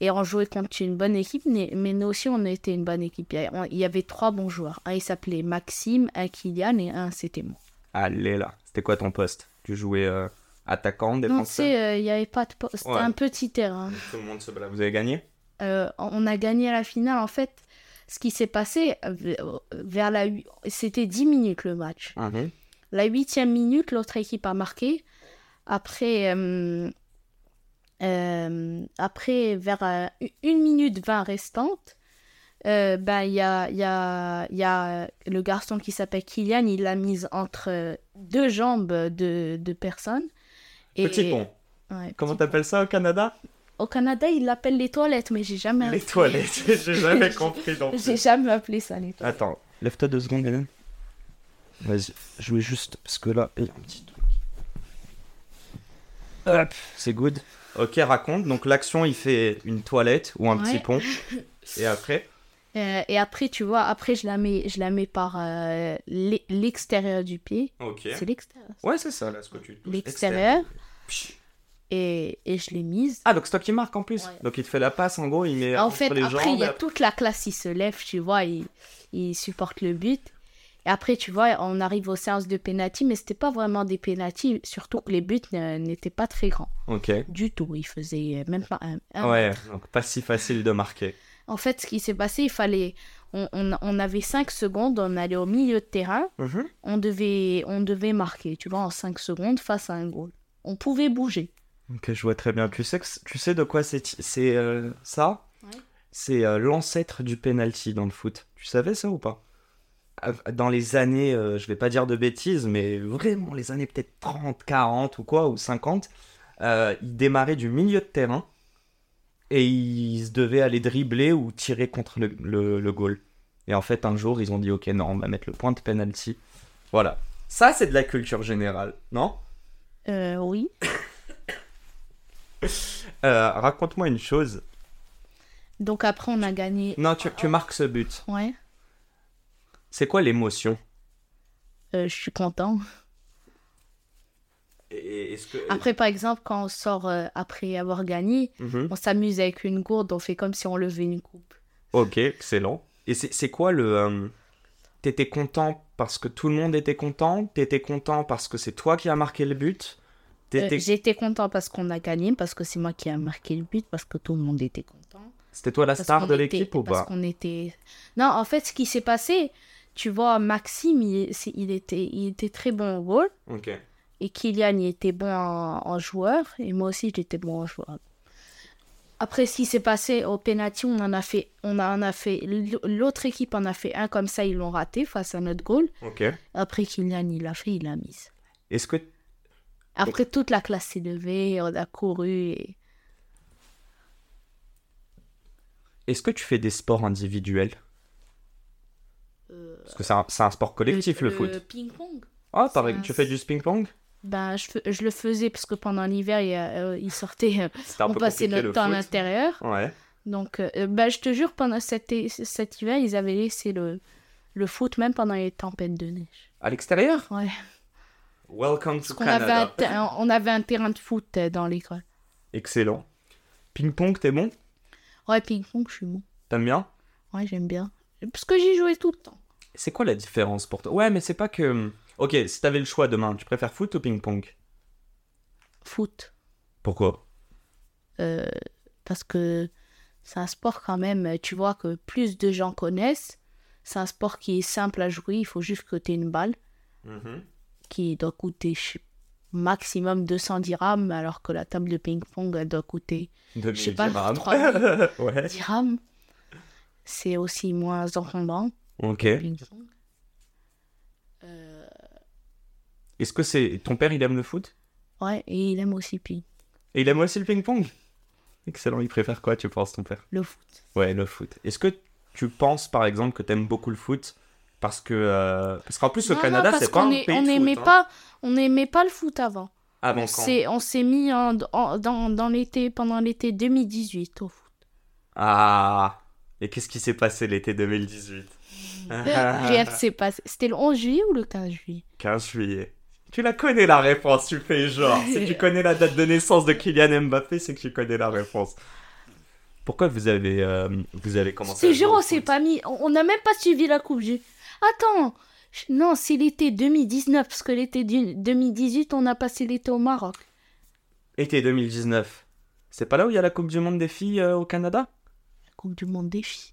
Et on jouait contre une bonne équipe, mais, mais nous aussi, on était une bonne équipe. Il y a- on- il y avait trois bons joueurs. Un, il s'appelait Maxime, un Kylian et un, c'était moi. Allez là. C'était quoi ton poste Tu jouais euh, attaquant, Non, euh, tu défenseur sais, euh, il n'y avait pas de poste. C'était Ouais. un petit terrain. Tout le monde se bat. Vous avez gagné Euh, on a gagné la finale. En fait, ce qui s'est passé, euh, vers la hui- c'était 10 minutes le match. Mhm. La huitième minute, l'autre équipe a marqué. Après, euh, euh, après vers euh, une minute 20 restante, euh, ben, il y, a, il y, a, il y a le garçon qui s'appelle Kylian, il l'a mise entre deux jambes de, de personnes. Et- Petit pont. Ouais, Comment petit t'appelles ça au Canada Au Canada, ils l'appellent les toilettes, mais j'ai jamais. Les appelé- toilettes. [laughs] [laughs] J'ai jamais compris non J'ai plus. jamais appelé ça les toilettes. Attends, lève-toi deux secondes, Hélène. Vas-y, je vais juste, parce que là, il y a un petit truc. Hop, c'est good. Ok, raconte. Donc l'action, il fait une toilette ou un Ouais. [laughs] petit pont. Et après Euh, et après, tu vois, après je la mets, je la mets par euh, l'e- l'extérieur du pied. Ok. C'est l'extérieur. Ouais, c'est ça, là, ce que tu touches. L'extérieur. Psh. Et, et je l'ai mise. Ah, donc c'est toi qui marque en plus. Ouais. Ah, Donc il te fait la passe, en gros, il met en entre fait, les après, jambes. il y a toute la classe, ils se lèvent, tu vois, ils, ils supportent le but. Et après, tu vois, on arrive aux séances de pénalty, mais c'était pas vraiment des pénalty, surtout que les buts ne- n'étaient pas très grands Ok. du tout. Ah Ils faisaient même pas un. un Ouais, donc pas si facile de marquer. En fait, ce qui s'est passé, il fallait. On, on- on avait 5 secondes, on allait au milieu de terrain, Mhm. on devait, on devait marquer, tu vois, en 5 secondes face à un goal. On pouvait bouger. Ok, je vois très bien. Tu sais, que c- tu sais de quoi c'est c'est, euh, ça Ouais. C'est euh, l'ancêtre du penalty dans le foot. Tu savais ça ou pas À- Dans les années, euh, je vais pas dire de bêtises, mais vraiment les années peut-être 30, 40 ou quoi, ou 50, euh, ils démarraient du milieu de terrain et ils se devaient aller dribbler ou tirer contre le, le, le goal. Et en fait, un jour, ils ont dit Ok, non, on va mettre le point de penalty. Voilà. Ça, c'est de la culture générale, non Euh, oui. Euh, Raconte-moi une chose. Donc après, on a gagné. Non, tu, tu marques ce but. Ouais. C'est quoi l'émotion Euh, je suis content. Après, par exemple, quand on sort euh, après avoir gagné, Mhm. on s'amuse avec une gourde, on fait comme si on levait une coupe. Ok, excellent. Et c'est c'est quoi le... euh, T'étais content parce que tout le monde était content T'étais content parce que c'est toi qui as marqué le but Euh, T'étais- J'étais content parce qu'on a gagné, parce que c'est moi qui ai marqué le but, parce que tout le monde était content. C'était toi la Parce star qu'on de était- l'équipe ou parce pas qu'on était... Non, en fait, ce qui s'est passé, tu vois, Maxime, il, c'est- il était, il était très bon au goal. Ok. Et Kylian, il était bon en, en joueur. Et moi aussi, j'étais bon en joueur. Après, ce qui s'est passé au penalty, on en a fait... On en a fait L'autre équipe en a fait un comme ça, ils l'ont raté face à notre goal. Ok. Après, Kylian, il l'a fait, il l'a mise. Est-ce que... Après, toute la classe s'est levée, on a couru. Et... Est-ce que tu fais des sports individuels Euh, Euh, Parce que c'est un, c'est un sport collectif, le, foot. ping-pong Ah, par... C'est un- tu fais du ping-pong Ben, je, fais- je le faisais parce que pendant l'hiver, il, y a- euh, il sortait, euh, C'était un on peu passait compliqué, notre le temps à foot. l'intérieur. Ouais. Donc, euh, ben, je te jure, pendant cet, é- cet hiver, ils avaient laissé le, le foot même pendant les tempêtes de neige. À l'extérieur Ouais. Welcome Parce to qu'on avait, un Canada. ter- un- on avait un terrain de foot euh, dans l'école. Excellent. Ping-pong, t'es bon Ouais, ping-pong, je suis bon. T'aimes bien Ouais, j'aime bien. Parce que j'y jouais tout le temps. C'est quoi la différence pour toi Ouais, mais c'est pas que. hmm, Ok, si t'avais le choix demain, tu préfères foot ou ping-pong Foot. Pourquoi Euh, parce que c'est un sport quand même, euh, tu vois, que plus de gens connaissent. C'est un sport qui est simple à jouer. Il faut juste que tu une balle qui doit coûter je sais, maximum 200 dirhams, alors que la table de ping-pong, elle doit coûter De Je sais pas, dirhams. 3000. [laughs] ouais. dirhams. C'est aussi moins encombrant. Ok. le ping-pong. Euh, Est-ce que c'est. Ton père, il aime le foot ouais, et il aime aussi ping, Et il aime aussi le ping-pong Excellent, il préfère quoi, tu penses, ton père le foot. Ouais, le foot. Est-ce que tu penses, par exemple, que t'aimes beaucoup le foot parce que. euh, Parce qu'en plus, au Non, non, Canada, parce c'est pas qu'on un est- pays on de foot, n'aimait hein. pas, on n'aimait pas le foot avant. Ah, bon, on quand s'est on s'est mis en- en- dans, dans l'été pendant l'été 2018 au [laughs] foot. Ah Et qu'est-ce qui s'est passé l'été 2018 J'ai hâte, c'est pas c'était le 11 juillet ou le 15 juillet 15 juillet. Tu la connais la réponse, tu fais genre. [laughs] Si tu connais la date de naissance de Kylian Mbappé, c'est que tu connais la réponse. Pourquoi vous avez, euh, vous avez commencé C'est à jouer jure au on foot s'est pas mis on on n'a même pas suivi la coupe du. Attends. je- Non, c'est l'été 2019 parce que l'été du- 2018 on a passé l'été au Maroc. Été 2019. C'est pas là où il y a la Coupe du Monde des filles euh, au Canada La Coupe du monde des filles.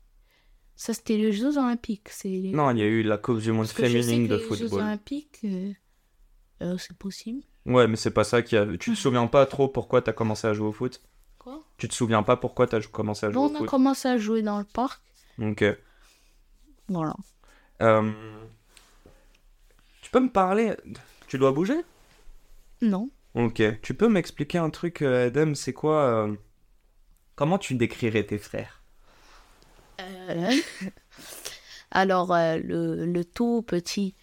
Ça c'était les Jeux olympiques, c'est les- Non, il y a eu la Coupe du Monde Parce que je sais féminine que de les Jeux football. olympiques euh, euh, c'est possible. Ouais, mais c'est pas ça qui a. Tu te souviens pas trop pourquoi t'as commencé à jouer au foot Quoi Tu te souviens pas pourquoi t'as jou- commencé à jouer Bon, on au a foot commencé à jouer dans le parc. Ok. Voilà. Euh, Tu peux me parler Tu dois bouger [laughs] Non. Ok. Tu peux m'expliquer un truc, euh, Adam, c'est quoi euh, Comment tu décrirais tes frères Euh, Alors, euh, le, le tout petit,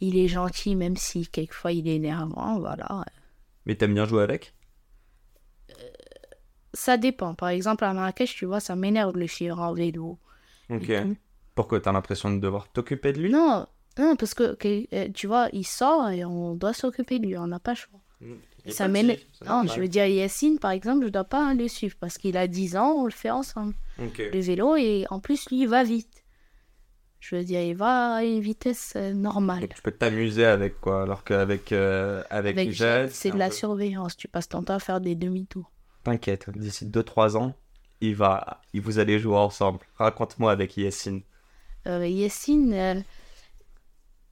il est gentil, même si quelquefois il est énervant, voilà. Mais t'aimes bien jouer avec Ça dépend. Par exemple, à Marrakech, tu vois, ça m'énerve de le suivre en vélo. Ok. et tout. Pourquoi t'as l'impression de devoir t'occuper de lui Non, non, parce que, que- euh, tu vois, il sort et on doit s'occuper de lui, on n'a pas le choix. Mm. Ça m'énerve. Non, je veux dire, Yacine, par exemple, je dois pas le suivre parce qu'il a 10 ans, on le fait ensemble. Ok. Le vélo, et en plus, lui, il va vite. Je veux dire, il va à une vitesse euh, normale. Donc tu peux t'amuser avec quoi, alors qu'avec euh, avec, Avec Jade, Jade, c'est un de la peu- surveillance. Tu passes ton temps à faire des demi-tours. T'inquiète, d'ici 2-3 ans, il va, il vous allez jouer ensemble. Raconte-moi avec Yessine. Euh, Yessine, euh,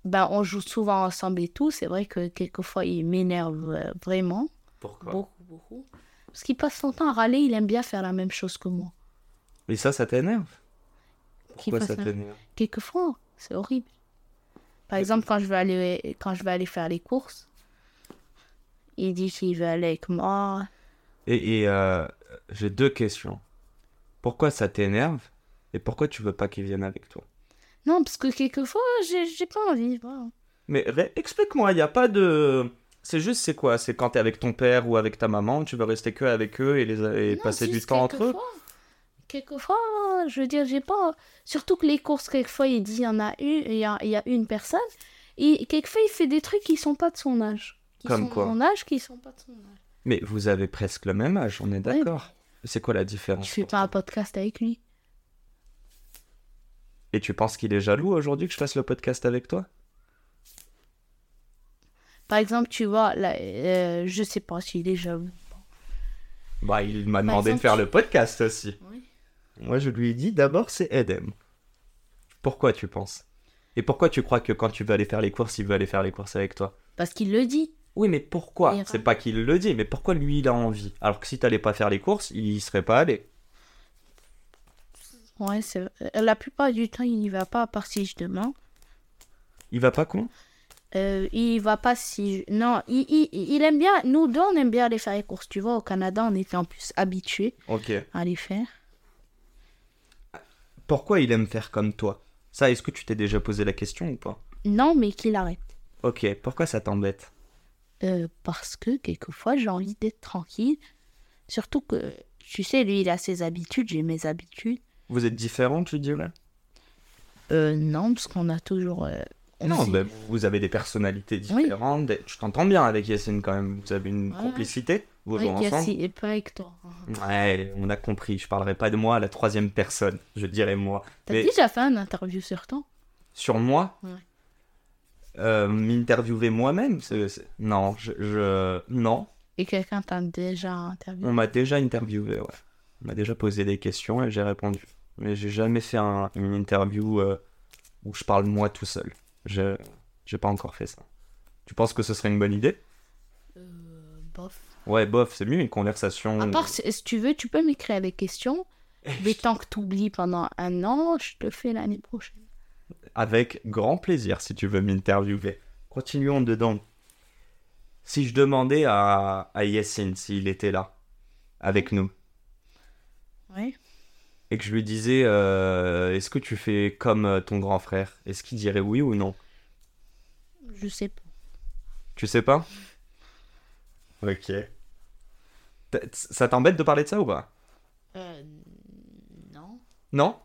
ben, on joue souvent ensemble et tout. C'est vrai que quelquefois, il m'énerve euh, vraiment. Pourquoi Beaucoup, beaucoup. Parce qu'il passe son temps à râler. Il aime bien faire la même chose que moi. Mais ça, ça t'énerve Qu'il Pourquoi fasse la- ça t'énerve Quelquefois, c'est horrible. Par exemple, quand je vais aller, quand je vais aller faire les courses, il dit qu'il veut aller avec moi. Et, et, euh, j'ai deux questions. Pourquoi ça t'énerve et pourquoi tu veux pas qu'il vienne avec toi Non, parce que quelquefois, j'ai j'ai pas envie. voilà. Mais ré- explique-moi, il n'y a pas de... C'est juste, c'est quoi C'est quand t'es avec ton père ou avec ta maman, tu veux rester que avec eux et, les, et Non, passer c'est du juste temps entre eux quelquefois. Quelquefois, je veux dire, j'ai pas. Surtout que les courses, quelquefois, il dit il y en a une, il y a, il y a une personne. Et quelquefois, il fait des trucs qui sont pas de son âge. Qui Comme sont quoi de mon âge, qui sont pas de son âge. Mais vous avez presque le même âge, on est Ouais, d'accord. C'est quoi la différence Je fais pour pas un toi podcast avec lui. Et tu penses qu'il est jaloux aujourd'hui que je fasse le podcast avec toi Par exemple, tu vois, là, euh, je sais pas s'il est jeune. Bah, il m'a demandé de exemple, faire tu- le podcast aussi. Oui. Moi, je lui ai dit d'abord, c'est Edem. Pourquoi tu penses Et pourquoi tu crois que quand tu vas aller faire les courses, il va aller faire les courses avec toi Parce qu'il le dit. Oui, mais pourquoi Il ira. C'est pas qu'il le dit, mais pourquoi lui il a envie Alors que si t'allais pas faire les courses, il y serait pas allé. Ouais, c'est euh, La plupart du temps, il n'y va pas, à part si je demande. Il va pas con Euh, il va pas si. je- Non, il, il- il aime bien. Nous deux, on aime bien aller faire les courses. Tu vois, au Canada, on était en plus habitués Ok. à aller faire. Pourquoi il aime faire comme toi Ça, est-ce que tu t'es déjà posé la question ou pas Non, mais qu'il arrête. Ok, pourquoi ça t'embête Euh, parce que quelquefois j'ai envie d'être tranquille. Surtout que, tu sais, lui il a ses habitudes, j'ai mes habitudes. Vous êtes différents, tu dis là Euh, non, parce qu'on a toujours. euh, on Non, s'est- ben, vous avez des personnalités Oui. différentes. des- Je t'entends bien avec Yacine quand même. Vous avez une Ouais. complicité. Vous Ouais, jouez ensemble. Cassie, et pas avec toi. hein. Ouais, on a compris. Je parlerai pas de moi à la troisième personne. Je dirais moi. T'as Mais- déjà fait un interview sur toi Sur moi Ouais. euh, M'interviewer moi-même c'est- c'est- Non, je, je- Non, et quelqu'un t'a déjà interviewé. on m'a déjà interviewé, ouais. On m'a déjà posé des questions et j'ai répondu. Mais j'ai jamais fait un- une interview euh, où je parle moi tout seul. Je j'ai pas encore fait ça. Tu penses que ce serait une bonne idée Hum. Euh, bof. Ouais, bof, c'est mieux une conversation. À part, si, si tu veux, tu peux m'écrire les questions. Mais tant que t'oublies pendant un an, je te fais l'année prochaine. Avec grand plaisir si tu veux m'interviewer. Continuons dedans. Si je demandais à, à Yacine s'il était là, avec nous, Ouais. et que je lui disais euh, Est-ce que tu fais comme euh, ton grand frère Est-ce qu'il dirait oui ou non Je sais pas. Tu sais pas Ok. T- t- Ça t'embête de parler de ça ou pas Euh, non. Non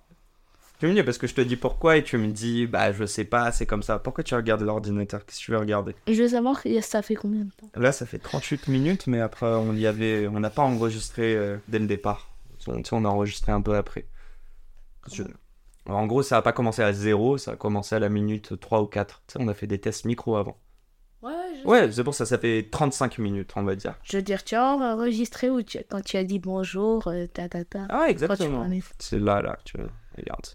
Tu me dis parce que je te dis pourquoi et tu me dis Bah, je sais pas, c'est comme ça. Pourquoi tu regardes l'ordinateur Qu'est-ce que tu veux regarder Je veux savoir que ça fait combien de temps. Là, ça fait 38 minutes, mais après, on y avait, on n'a pas enregistré euh, dès le départ. On, tu sais, on a enregistré un peu après. Je- En gros, ça n'a pas commencé à zéro, ça a commencé à la minute 3 ou 4. Tu sais, on a fait des tests micro avant. Ouais, je... Ouais, c'est pour ça, ça fait 35 minutes, on va dire. Je veux dire, tu as enregistré où tu- quand tu as dit bonjour, euh, ta ta ta. Ah, Quand tu exactement. prenais- C'est là, là, tu vois, regarde.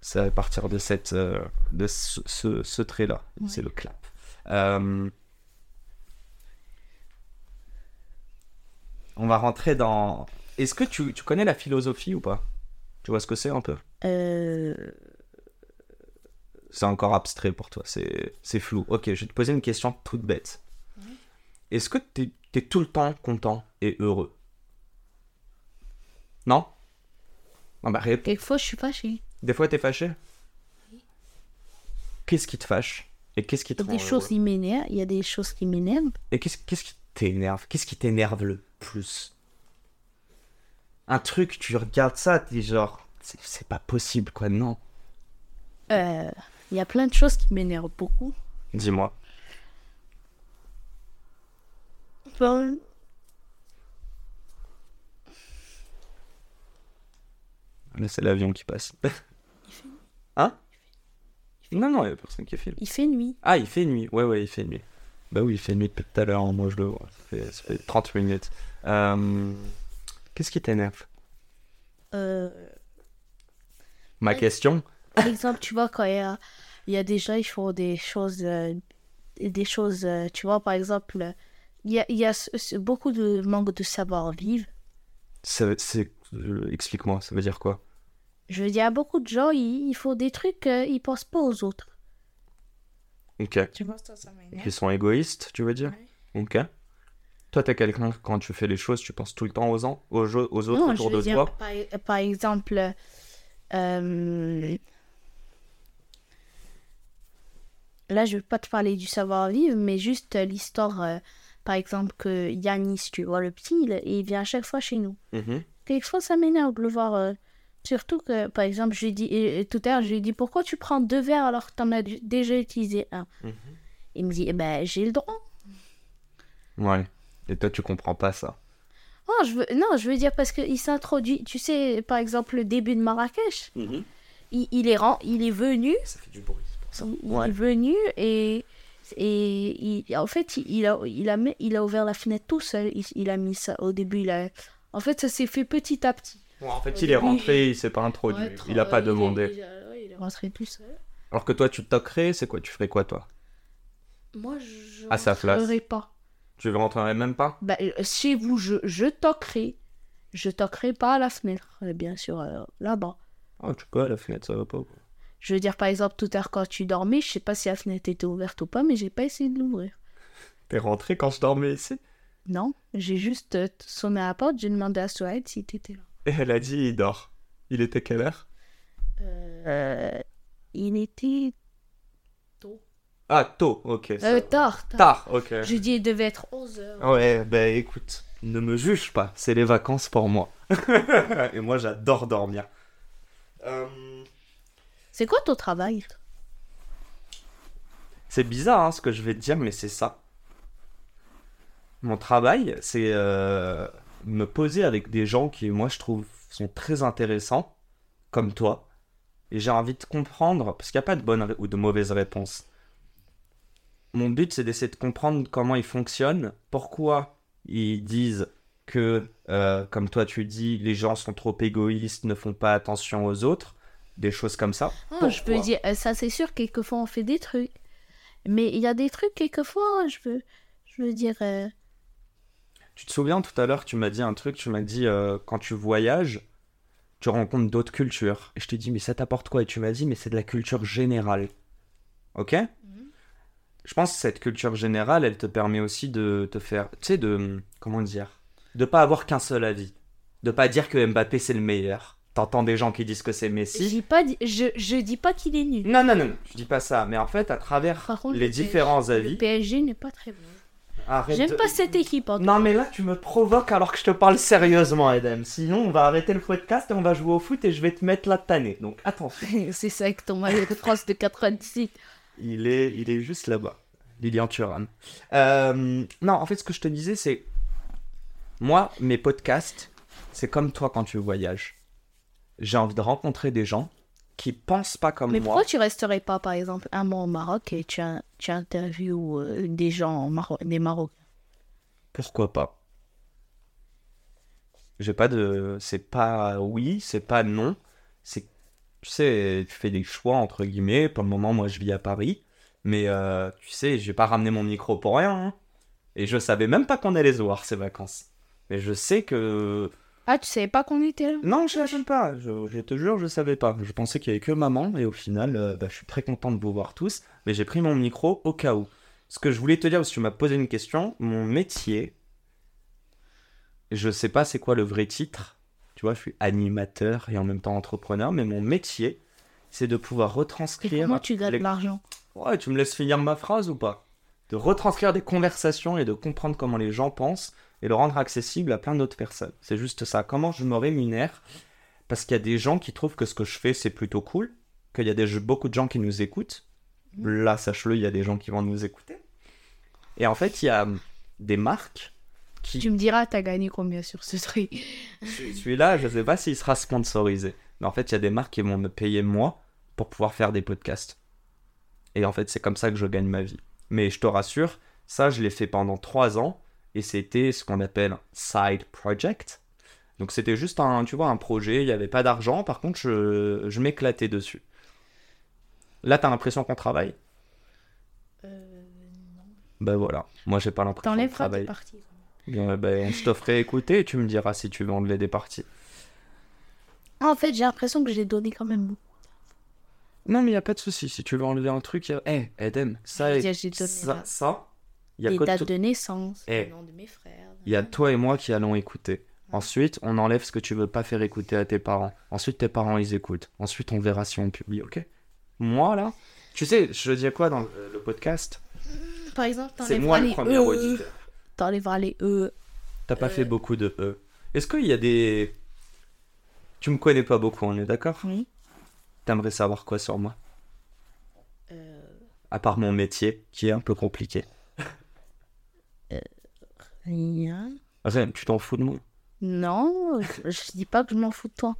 C'est à partir de, cette, euh, de ce, ce- ce trait-là. Ouais. C'est le clap. Euh, On va rentrer dans... Est-ce que tu, tu connais la philosophie ou pas Tu vois ce que c'est un peu Euh, C'est encore abstrait pour toi, c'est c'est flou. Ok, je vais te poser une question toute bête. Est-ce que t'es es tout le temps content et heureux Non Non, bah réponds. Quelquefois, je suis fâchée. Des fois, t'es fâché Qu'est-ce qui te fâche Et qu'est-ce qui Il te y a des rend choses heureux qui m'énervent. Il y a des choses qui m'énervent. Et qu'est-ce qu'est-ce qui t'énerve Qu'est-ce qui t'énerve le plus Un truc, tu regardes ça, t'es genre, c'est- c'est pas possible, quoi, non Euh, Il y a plein de choses qui m'énervent beaucoup. Dis-moi. Ben, Là, c'est l'avion qui [laughs] passe. hein Non, non, il y a personne qui filme. il fait nuit. Ah, il fait nuit. Ouais, ouais, il fait nuit. Bah oui, il fait nuit depuis tout à l'heure, hein, moi je le vois. Ça fait, ça fait 30 minutes. Euh, Qu'est-ce qui t'énerve Euh, Ma Ouais. question par exemple, tu vois, quand il y a, il y a des gens, ils font des choses. euh, des choses euh, tu vois, par exemple, euh, il y a, il y a ce- ce- beaucoup de manque de savoir-vivre. Ça veut- c'est- euh, Explique-moi, ça veut dire quoi Je veux dire, il y a beaucoup de gens, ils, ils font des trucs, euh, ils pensent pas aux autres. Ok. Tu vois, ça, ça m'énerve. Ils sont égoïstes, tu veux dire Ok. Toi, t'es quelqu'un, quand tu fais les choses, tu penses tout le temps aux, ans, aux, jeux- aux autres Non, je autour veux de dire, toi par, par exemple, euh, euh, là, je vais pas te parler du savoir-vivre, mais juste euh, l'histoire, euh, par exemple, que Yanis, tu vois, le petit, il, il vient à chaque fois chez nous. Mhm. Quelquefois, ça m'énerve de le voir. euh, surtout que, par exemple, je lui dis, et- et tout à l'heure, je lui dis, pourquoi tu prends deux verres alors que t'en as d- déjà utilisé un Mhm. Il me dit, eh ben, j'ai le droit. Ouais. Et toi, tu comprends pas ça. Non, je veux, non, je veux dire parce qu'il s'introduit. Tu sais, par exemple, le début de Marrakech, il, il est, ren- il est venu, Ça fait du bruit, c'est pour ça. il Ouais. est venu et, et il- en fait, il, il a, il, a, mis- il a ouvert la fenêtre tout seul. Il, il a mis ça au début. Il a, en fait, ça s'est fait petit à petit. Ouais, en fait, il est rentré, il s'est pas introduit, il a pas demandé. Il, est rentré tout seul. Alors que toi, tu toquerais, c'est quoi Tu ferais quoi, toi Moi, je À sa place. rentrerai pas. Tu rentrerais même pas Bah, euh, chez vous, je, je toquerai. Je toquerai pas à la fenêtre, euh, bien sûr, euh, là-bas. Ah, tu peux, à la fenêtre, ça va pas. quoi. Je veux dire, par exemple, tout à l'heure, quand tu dormais, je sais pas si la fenêtre était ouverte ou pas, mais j'ai pas essayé de l'ouvrir. T'es rentré quand je dormais ici Non, j'ai juste euh, sonné à la porte, j'ai demandé à Soaed si t'étais là. Et elle a dit, il dort. Il était quelle heure Euh, il était tôt. Ah, tôt, ok. ça Euh, va. tard, tard. Tard, ok. Je dis, il devait être 11h. Ouais, bah écoute, ne me juge pas, c'est les vacances pour moi. [laughs] Et moi, j'adore dormir. Euh, C'est quoi ton travail toi C'est bizarre hein, ce que je vais te dire, mais c'est ça. Mon travail, c'est euh, me poser avec des gens qui, moi, je trouve, sont très intéressants, comme toi. Et j'ai envie de comprendre, parce qu'il n'y a pas de bonne ré- ou de mauvaise réponse. Mon but, c'est d'essayer de comprendre comment ils fonctionnent, pourquoi ils disent que, euh, comme toi tu dis, les gens sont trop égoïstes, ne font pas attention aux autres, des choses comme ça. Ah, Je peux Pourquoi dire, euh, ça c'est sûr, quelquefois on fait des trucs. Mais il y a des trucs, quelquefois, hein, je veux, je veux dire. euh, Tu te souviens tout à l'heure, tu m'as dit un truc, tu m'as dit euh, quand tu voyages, tu rencontres d'autres cultures. Et je t'ai dit, mais ça t'apporte quoi Et tu m'as dit, mais c'est de la culture générale. Ok Mhm. Je pense que cette culture générale, elle te permet aussi de te faire. Tu sais, de. Comment dire De pas avoir qu'un seul avis. De pas dire que Mbappé c'est le meilleur. T'entends des gens qui disent que c'est Je Messi. dis pas, di- je, je dis pas qu'il est nul. Non, non, non, non, je dis pas ça. Mais en fait, à travers Par contre, les le PSG différents Le avis. PSG n'est pas très bon. Arrête J'aime de- pas cette équipe en tout euh, Non mais là tu me provoques alors que je te parle sérieusement Edem. Sinon on va arrêter le podcast et on va jouer au foot et je vais te mettre la tannée. Donc attention. cas. [laughs] C'est ça avec ton maillot de France de 86. Il est, il est juste là-bas. Lilian Thuram. Euh, non en fait ce que je te disais c'est... Moi mes podcasts c'est comme toi quand tu voyages. J'ai envie de rencontrer des gens qui pensent pas comme Mais moi. pourquoi tu resterais pas, par exemple, un mois au Maroc et tu, in- tu interviews euh, des gens, au Maro- des Marocains Pourquoi pas J'ai pas de. C'est pas oui, c'est pas non. C'est. Tu sais, tu fais des choix entre guillemets. Pour le moment, moi je vis à Paris. Mais euh, tu sais, j'ai pas ramené mon micro pour rien. hein. Et je savais même pas qu'on allait se voir ces vacances. Mais je sais que. Ah, tu savais pas qu'on était là Non, je ne pas. Je, je te jure, je savais pas. Je pensais qu'il y avait que maman. Et au final, euh, bah, je suis très content de vous voir tous. Mais j'ai pris mon micro au cas où. Ce que je voulais te dire, parce que tu m'as posé une question, mon métier, je sais pas c'est quoi le vrai titre. Tu vois, je suis animateur et en même temps entrepreneur, mais mon métier, c'est de pouvoir Et retranscrire. Comment tu gagnes les- de l'argent Ouais, tu me laisses finir ma phrase ou pas De retranscrire des conversations et de comprendre comment les gens pensent et le rendre accessible à plein d'autres personnes. C'est juste ça. Comment je me rémunère Parce qu'il y a des gens qui trouvent que ce que je fais, c'est plutôt cool, qu'il y a des, beaucoup de gens qui nous écoutent. Là, sache-le, il y a des gens qui vont nous écouter. Et en fait, il y a hum, des marques qui Tu me diras, t'as gagné combien sur ce truc celui-là, je sais pas s'il sera sponsorisé. Mais en fait, il y a des marques qui vont me payer moi pour pouvoir faire des podcasts. Et en fait, c'est comme ça que je gagne ma vie. Mais je te rassure, ça, je l'ai fait pendant trois ans. Et c'était ce qu'on appelle side project. Donc c'était juste un, tu vois, un projet, il n'y avait pas d'argent, par contre je, je m'éclatais dessus. Là t'as l'impression qu'on travaille Ben voilà, moi j'ai pas l'impression qu'on T'enlèveras tes travaille. parties. Bien, ben, je te ferai écouter et tu me diras si tu veux enlever des parties. En fait, j'ai l'impression que j'ai donné quand même beaucoup. Non, mais il a pas de souci. Si tu veux enlever un truc, y a... Eh, Eden, ça, Je veux et- dire, j'ai donné ça, la- ça, il y, a des que dates to- de naissance, Eh. le nom de mes frères. y a toi et moi qui allons écouter. Ensuite, on enlève ce que tu veux pas faire écouter à tes parents. Ensuite, tes parents, ils écoutent. Ensuite, on verra si on publie, ok Moi, là, tu sais, je dis quoi dans euh, le podcast Par exemple, C'est moi t'enlèveras le les premier E. auditeur. T'enlèveras les E. T'as pas fait beaucoup de E. Est-ce qu'il y a des... Tu me connais pas beaucoup, on est d'accord Oui. T'aimerais savoir quoi sur moi Euh, À part mon métier, qui est un peu compliqué. rien. Rien, tu t'en fous de moi Non, je, je dis pas que je m'en fous de toi.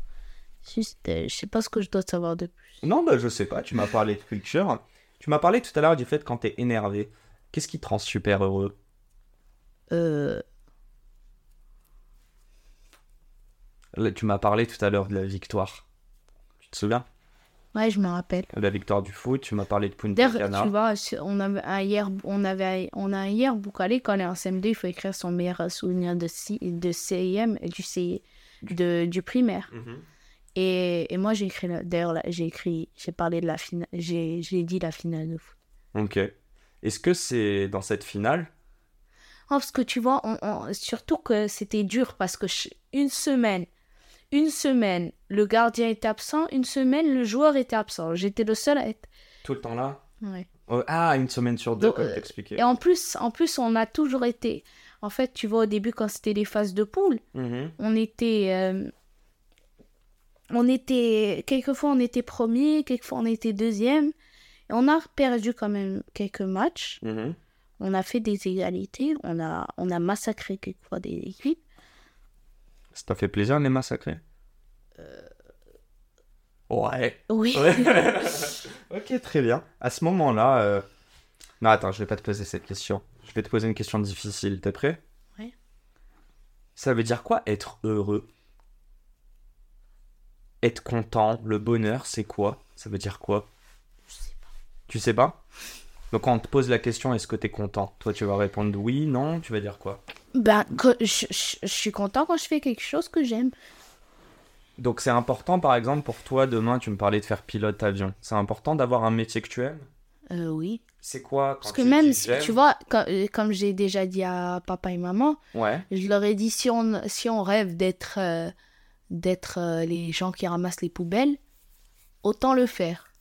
Juste, euh, je sais pas ce que je dois savoir de plus. Non, bah, je sais pas, tu m'as parlé de culture. Tu m'as parlé tout à l'heure du fait quand t'es énervé. Qu'est-ce qui te rend super heureux Euh, Là, Tu m'as parlé tout à l'heure de la victoire. Tu te souviens ouais, je me rappelle. De la victoire du foot, tu m'as parlé de Punta D'ailleurs, tu Cana. vois, je- on avait un hier, on avait, un- on a un hier Boucalé, quand on est en CM2, il faut écrire son meilleur souvenir de, ci- de CIM, et du CI, de, du primaire. Mhm. Et, et moi, j'ai écrit, la- d'ailleurs, la- j'ai écrit, j'ai parlé de la finale, j'ai j'ai dit la finale de foot. Ok. Est-ce que c'est dans cette finale Oh, parce que tu vois, on- on- surtout que c'était dur parce que ch- une semaine, une semaine, le gardien était absent, une semaine, le joueur était absent. J'étais le seul à être. Tout le temps là Ouais. Euh, ah, une semaine sur deux, Donc, comme euh, t'expliquais. Et en plus, en plus, on a toujours été. En fait, tu vois, au début, quand c'était les phases de poule, Mhm. on était. euh, on était. Quelquefois, on était premier, quelquefois, on était deuxième. Et on a perdu quand même quelques matchs. Mhm. On a fait des égalités. On a, on a massacré quelquefois des équipes. Ça t'a fait plaisir de les massacrer Euh. Ouais. Oui. Ouais. [laughs] ok, très bien. À ce moment-là. euh, Non, attends, je vais pas te poser cette question. Je vais te poser une question difficile. T'es prêt Ouais. Ça veut dire quoi être heureux Être content, le bonheur, c'est quoi Ça veut dire quoi Je sais pas. Tu sais pas Donc, quand on te pose la question, est-ce que t'es content Toi, tu vas répondre oui, non, tu vas dire quoi Ben, que- je, je- je suis content quand je fais quelque chose que j'aime. Donc, c'est important, par exemple, pour toi, demain, tu me parlais de faire pilote avion. C'est important d'avoir un métier que tu aimes Euh, oui. C'est quoi quand Parce que tu même, dis si- j'aime tu vois, comme, euh, comme j'ai déjà dit à papa et maman, Ouais. Je leur ai dit si on, si on rêve d'être euh, d'être euh, les gens qui ramassent les poubelles, autant le faire.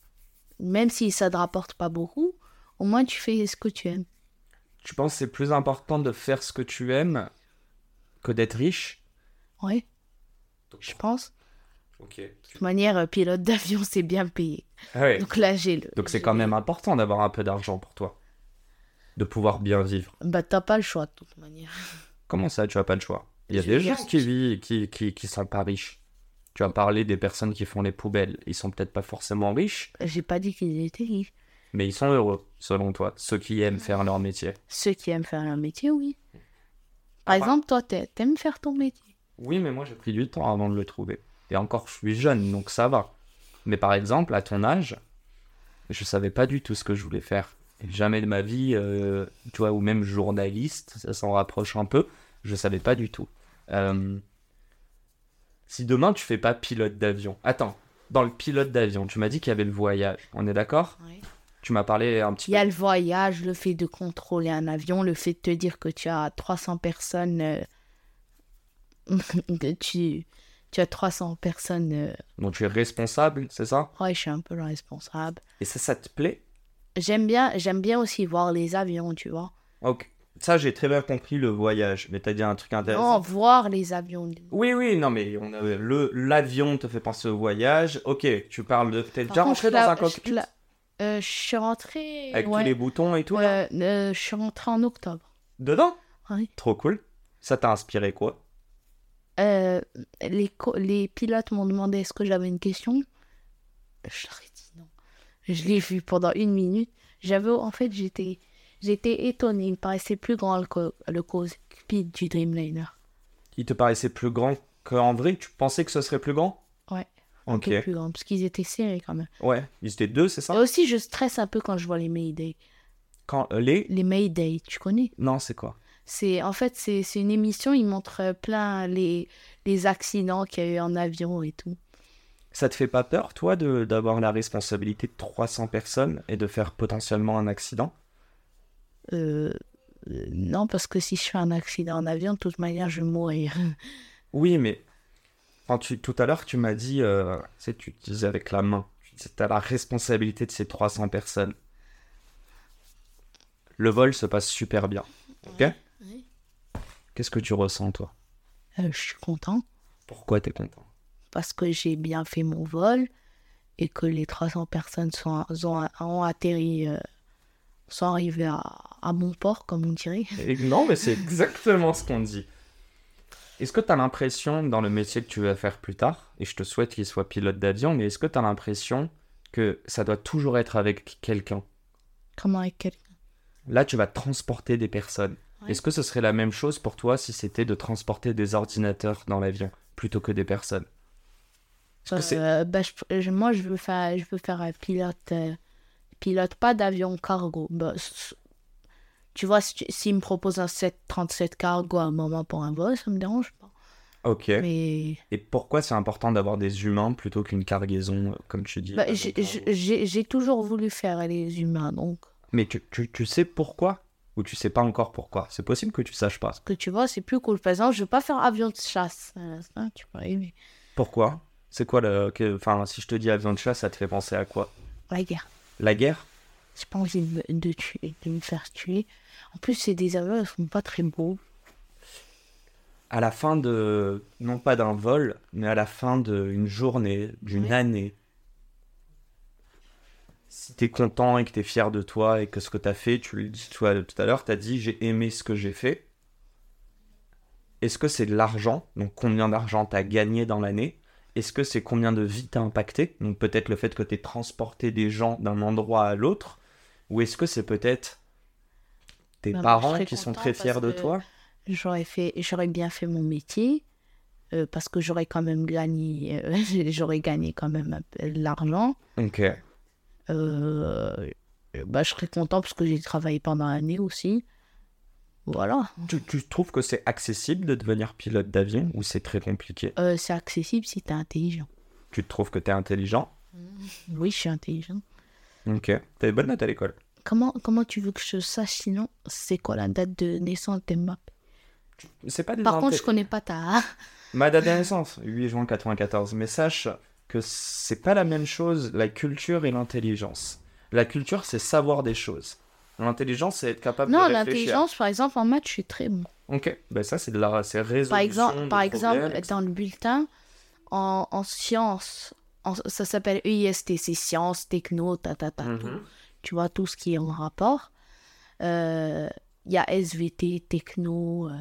Même si ça ne rapporte pas beaucoup, au moins tu fais ce que tu aimes. Tu penses que c'est plus important de faire ce que tu aimes que d'être riche Ouais, je pense. Ok. De toute manière, euh, pilote d'avion, c'est bien payé. Ah ouais. Donc là, j'ai le. Donc c'est j'ai quand le- même important d'avoir un peu d'argent pour toi. De pouvoir bien vivre. Bah, t'as pas le choix, de toute manière. Comment ça, tu as pas de choix Il y a Je des viens. gens qui vivent, qui, qui, qui sont pas riches. Tu as parlé des personnes qui font les poubelles. Ils sont peut-être pas forcément riches, J'ai pas dit qu'ils étaient riches. mais ils sont heureux, selon toi. Ceux qui aiment faire leur métier. Ceux qui aiment faire leur métier, oui. Par Ah, par- exemple, toi, t'a- t'aimes faire ton métier. Oui, mais moi j'ai pris du temps avant de le trouver. Et encore, je suis jeune, donc ça va. Mais par exemple, à ton âge, je savais pas du tout ce que je voulais faire. Et jamais de ma vie, euh, tu vois, ou même journaliste, ça s'en rapproche un peu, je savais pas du tout. Euh, si demain tu fais pas pilote d'avion, attends, dans le pilote d'avion, tu m'as dit qu'il y avait le voyage, on est d'accord Tu m'as parlé un petit Il y a le voyage, le fait de contrôler un avion, le fait de te dire que tu as 300 personnes. euh, [laughs] que tu, tu as 300 personnes. euh, peu. Donc tu es responsable, c'est ça Ouais, je suis un peu le responsable. Et ça, ça te plaît J'aime bien, j'aime bien aussi voir les avions, tu vois. Ok. Ça, j'ai très bien compris le voyage, mais t'as dit un truc intéressant. Non, voir les avions. Oui, oui, non, mais on a le l'avion te fait penser au voyage. Ok, tu parles de t'es Par déjà contre, rentré je dans la- un cockpit Je, la- euh, je suis rentrée. avec ouais. tous les boutons et tout là Euh, euh, je suis rentrée en octobre. hein. dedans. Oui. Trop cool. Ça t'a inspiré quoi Euh, les, co- les pilotes m'ont demandé est-ce que j'avais une question. Je leur ai dit non. Je l'ai vu pendant une minute. J'avais en fait j'étais j'étais étonnée. Il me paraissait plus grand le, co- le cockpit du Dreamliner. Il te paraissait plus grand qu'en vrai Tu pensais que ce serait plus grand Ouais. Ok. Ah. Un peu plus grand parce qu'ils étaient serrés quand même. Ouais. Ils étaient deux, c'est Et ça aussi je stresse un peu quand je vois les Mayday. Quand euh, les Les Mayday, tu connais non, c'est quoi C'est en fait c'est c'est une émission. Ils montrent euh, plein les les accidents qu'il y a eu en avion et tout. Ça te fait pas peur, toi, de d'avoir la responsabilité de 300 personnes et de faire potentiellement un accident Euh, euh, non, parce que si je fais un accident en avion, de toute manière, je vais mourir. Oui, mais quand tu, tout à l'heure, tu m'as dit, euh, tu sais, tu disais avec la main, tu disais, t'as la responsabilité de ces 300 personnes. Le vol se passe super bien. Ouais. Qu'est-ce que tu ressens, toi Euh, je suis content Pourquoi t'es content parce que j'ai bien fait mon vol et que les 300 personnes sont, ont, ont atterri, euh, sont arrivées à, à mon port, comme on dirait. Et Non, mais c'est exactement ce qu'on dit. Est-ce que t'as l'impression, dans le métier que tu vas faire plus tard, et je te souhaite qu'il soit pilote d'avion, mais est-ce que t'as l'impression que ça doit toujours être avec quelqu'un Comment avec quelqu'un Là, tu vas transporter des personnes. Ouais. Est-ce que ce serait la même chose pour toi si c'était de transporter des ordinateurs dans l'avion plutôt que des personnes Est-ce que c'est- Euh, bah, je- je- Moi, je veux faire, je veux faire un pilote, euh, pilote pas d'avion cargo. Bah, c- tu vois, si tu- s'ils me proposent un 737 cargo à un moment pour un vol, ça me dérange pas. Ok. Mais Et pourquoi c'est important d'avoir des humains plutôt qu'une cargaison, euh, comme tu dis Bah, euh, j'ai- dans j'ai- ton- j'ai j'ai toujours voulu faire les humains, donc. Mais tu, tu- tu sais pourquoi Ou tu sais pas encore pourquoi C'est possible que tu saches pas. Que tu vois, c'est plus cool. Par exemple, je veux pas faire avion de chasse. À l'instant, tu peux aimer. Pourquoi C'est quoi le. que- Enfin, si je te dis avion de chasse, ça te fait penser à quoi La guerre. La guerre J'ai pas envie de me, de tuer, de me faire tuer. En plus, c'est des avions, ils sont pas très beaux. à la fin de, non pas d'un vol, mais à la fin d'une journée, d'une Oui. année, si t'es content et que t'es fier de toi et que ce que t'as fait, tu le dis tu vois, tout à l'heure, t'as dit j'ai aimé ce que j'ai fait. Est-ce que c'est de l'argent Donc combien d'argent t'as gagné dans l'année Est-ce que c'est combien de vies t'as impacté Donc peut-être le fait que t'aies transporté des gens d'un endroit à l'autre Ou est-ce que c'est peut-être tes Bah, moi, je parents serais qui sont content très fiers parce de que- toi J'aurais fait, j'aurais bien fait mon métier euh, parce que j'aurais quand même gagné, euh, [laughs] j'aurais gagné quand même un peu de l'argent. Ok. Euh, bah, je serais content parce que j'ai travaillé pendant l'année aussi. Voilà. Tu, tu trouves que c'est accessible de devenir pilote d'avion ou c'est très compliqué Euh, c'est accessible si t'es intelligent. Tu te trouves que t'es intelligent Oui, je suis intelligent. Ok. T'as des bonnes notes à l'école. Comment, comment tu veux que je sache sinon c'est quoi la date de naissance de tes maps C'est pas des Par inté- contre, je connais pas ta. Ma date de naissance, 8 juin 94. Mais sache que c'est pas la même chose, la culture et l'intelligence. La culture, c'est savoir des choses. L'intelligence, c'est être capable Ah. Non, de réfléchir. l'intelligence, par exemple, en maths, je suis très bon. Ok. Ben ça, c'est de la c'est résolution Par exemple, de par exemple problèmes, etc. dans le bulletin, en, en sciences, en- ça s'appelle E EIST, c'est sciences, techno, ta ta ta, tout. Mhm. tu vois, tout ce qui est en rapport. Euh, Il y a SVT, techno. euh,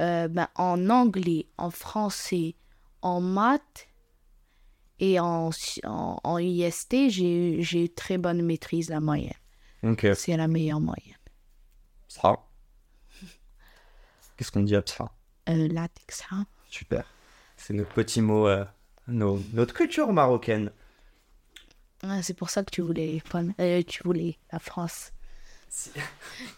euh, ben, en anglais, en français, en maths et en, sci- en, en IST, j'ai eu- j'ai eu très bonne maîtrise, la moyenne. Ok. C'est la meilleure moyenne. Ça. Qu'est-ce qu'on dit à ça Euh, latex, hein. Super. C'est nos petits mots, euh, nos- notre culture marocaine. Ah, C'est pour ça que tu voulais les pommes. Euh, tu voulais la France. Si-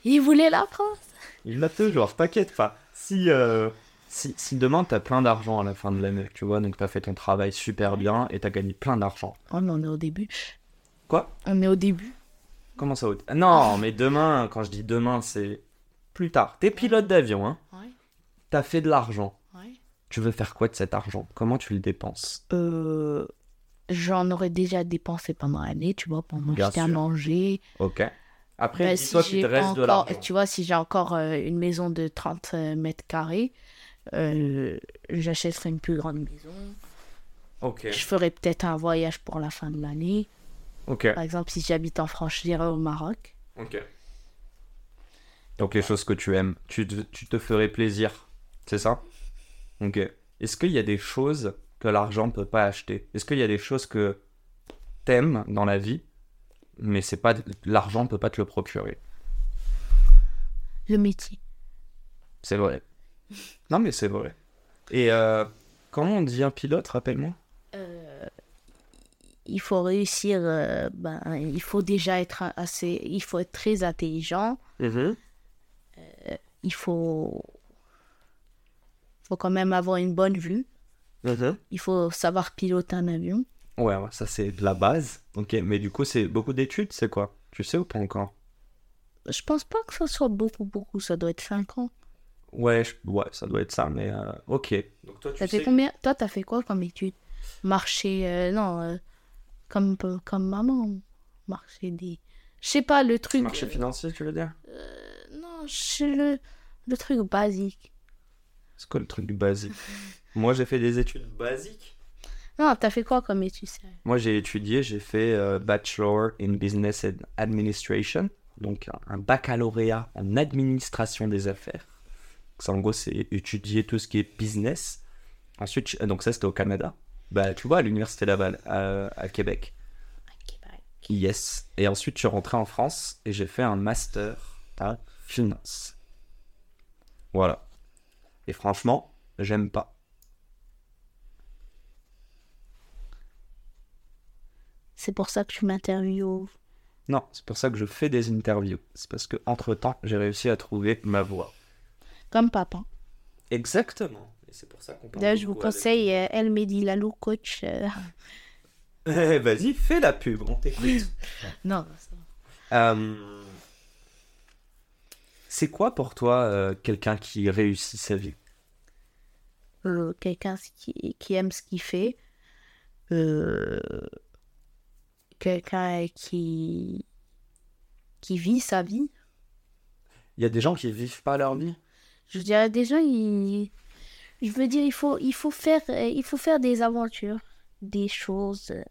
Il voulait la France. Il l'a toujours, t'inquiète pas. Si, euh, si, si demain t'as plein d'argent à la fin de l'année, tu vois, donc t'as fait ton travail super bien et t'as gagné plein d'argent. Oh, mais on est au début. Quoi On est au début. Comment ça haute Non, mais demain, quand je dis demain, c'est plus tard. T'es pilote d'avion, hein Ouais, T'as fait de l'argent. ouais. Tu veux faire quoi de cet argent Comment tu le dépenses Euh, j'en aurais déjà dépensé pendant l'année, tu vois, pour Bien m'acheter à sûr. manger. Ok. Après, Ben, dis-toi qu'il j'ai te pas reste de encore- l'argent. Tu vois, si j'ai encore euh, une maison de 30 euh, mètres carrés, euh, j'achèterai une plus grande maison. Ok. Je ferai peut-être un voyage pour la fin de l'année. Ok. Par exemple, si j'habite en France, j'irai au Maroc. Ok. Donc les choses que tu aimes, tu te, tu te ferais plaisir, c'est ça Ok. Est-ce qu'il y a des choses que l'argent peut pas acheter Est-ce qu'il y a des choses que t'aimes dans la vie, mais c'est pas l'argent peut pas te le procurer Le métier. C'est vrai. Non mais c'est vrai. Et euh, comment on devient pilote, rappelle-moi Euh, il faut réussir, euh, ben, il faut déjà être assez, il faut être très intelligent. Il faut, faut quand même avoir une bonne vue. Il faut savoir piloter un avion. Ouais, ouais, ça c'est de la base. Ok, mais du coup c'est beaucoup d'études, c'est quoi Tu sais ou pas encore Je pense pas que ça soit beaucoup, beaucoup. Ça doit être 5 ans. Ouais, je- ouais, ça doit être ça, mais euh, ok. Donc toi T'as fait combien Toi, t'as fait quoi comme étude Marcher, euh, non, euh, comme, comme maman. Marcher des. Je sais pas, le truc. Marché financier, tu veux dire euh, non, je- le, le truc basique. C'est quoi le truc du basique Moi, j'ai fait des études basiques. Non, t'as fait quoi comme étude sérieux Moi, j'ai étudié, j'ai fait euh, Bachelor in Business and Administration, donc un- un baccalauréat en administration des affaires. Donc Ça, en gros, c'est étudier tout ce qui est business. Ensuite, je- donc ça, c'était au Canada. Bah, tu vois, à l'Université Laval, à, à Québec. Ok, bye. Yes. Et ensuite, je suis rentré en France et j'ai fait un master à finance. Voilà. Et franchement, j'aime pas. C'est pour ça que tu m'interviews. Non, c'est pour ça que je fais des interviews. C'est parce que entre temps, j'ai réussi à trouver ma voix. Comme papa. Exactement. Et c'est pour ça qu'on parle. D'ailleurs, je vous beaucoup avec- conseille euh, El Mehdi Lalou, coach. euh, [laughs] Eh, vas-y, fais la pub, on [laughs] t'écoute. Non, Euh, C'est quoi pour toi euh, quelqu'un qui réussit sa vie euh, quelqu'un qui, qui aime ce qu'il fait, euh, quelqu'un qui qui vit sa vie. Il y a des gens qui vivent pas leur vie. Je veux dire, déjà, il... je veux dire, il faut, il faut faire, euh, il faut faire des aventures, des choses. euh.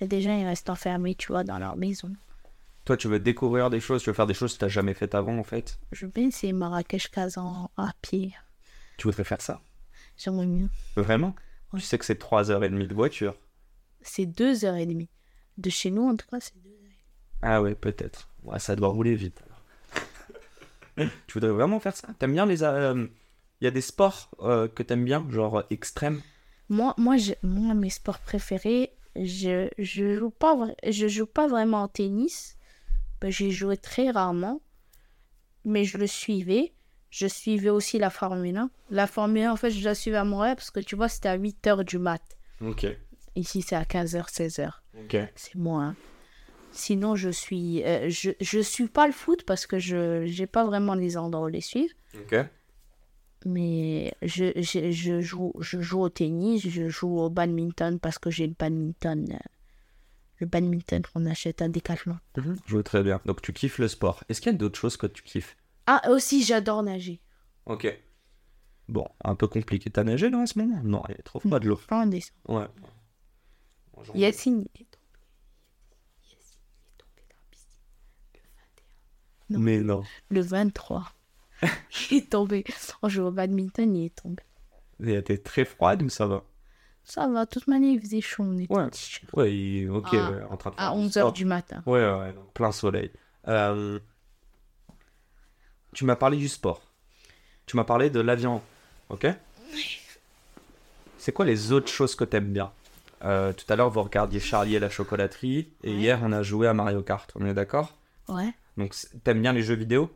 Il y a des gens, ils restent enfermés, tu vois, dans leur maison. Toi, tu veux découvrir des choses, tu veux faire des choses que t'as jamais faites avant, en fait. Je vais essayer Marrakech-Kazan à pied. Tu voudrais faire ça J'aimerais mieux. Vraiment Ouais. Tu sais que c'est 3h30 de voiture. C'est deux heures et demie. De chez nous, en tout cas, c'est deux. Ah ouais, peut-être. Ouais, ça doit rouler vite. alors. [laughs] tu voudrais vraiment faire ça T'aimes bien les... euh, Il y a des sports euh, que t'aimes bien, genre euh, extrêmes Moi, moi, je- moi, mes sports préférés, je, je joue pas, vra- je joue pas vraiment au tennis. Ben, J'ai joué très rarement, mais je le suivais. Je suivais aussi la Formule 1. La Formule 1, en fait, je la suivais à Montréal parce que tu vois, c'était à 8 h du mat. Ok. Ici, c'est à 15 h 16 h Ok. C'est moins. hein. Sinon, je suis, euh, je, je suis pas le foot parce que je, j'ai pas vraiment les endroits où les suivre. Ok. Mais je, je, je joue, je joue au tennis, je joue au badminton parce que j'ai le badminton. euh, le badminton qu'on achète à Decathlon. Mhm. Je vois très bien. Donc tu kiffes le sport. Est-ce qu'il y a d'autres choses que tu kiffes Ah, aussi, j'adore nager. Ok. Bon, un peu compliqué. T'as nagé là en ce moment Non, il est trop froid de l'eau. Pas en descente. Ouais. Yacine, il est tombé. Yacine, il est tombé dans la piscine. Non. Mais non. Le [laughs] 23. il est tombé. On joue au badminton, il est tombé. Et elle était très froide ou ça va Ça va, de toute manière, il faisait chaud. On était Ouais. en t-shirt. Ouais, il- ok, Ah, ouais, en train de faire À du 11h sport. du matin. Ouais, ouais, ouais, donc plein soleil. Euh, Tu m'as parlé du sport. Tu m'as parlé de l'avion, ok C'est quoi les autres choses que t'aimes bien Euh, Tout à l'heure, vous regardiez Charlie et la chocolaterie, et Ouais. hier, on a joué à Mario Kart, on est d'accord Ouais. Donc, c- t'aimes bien les jeux vidéo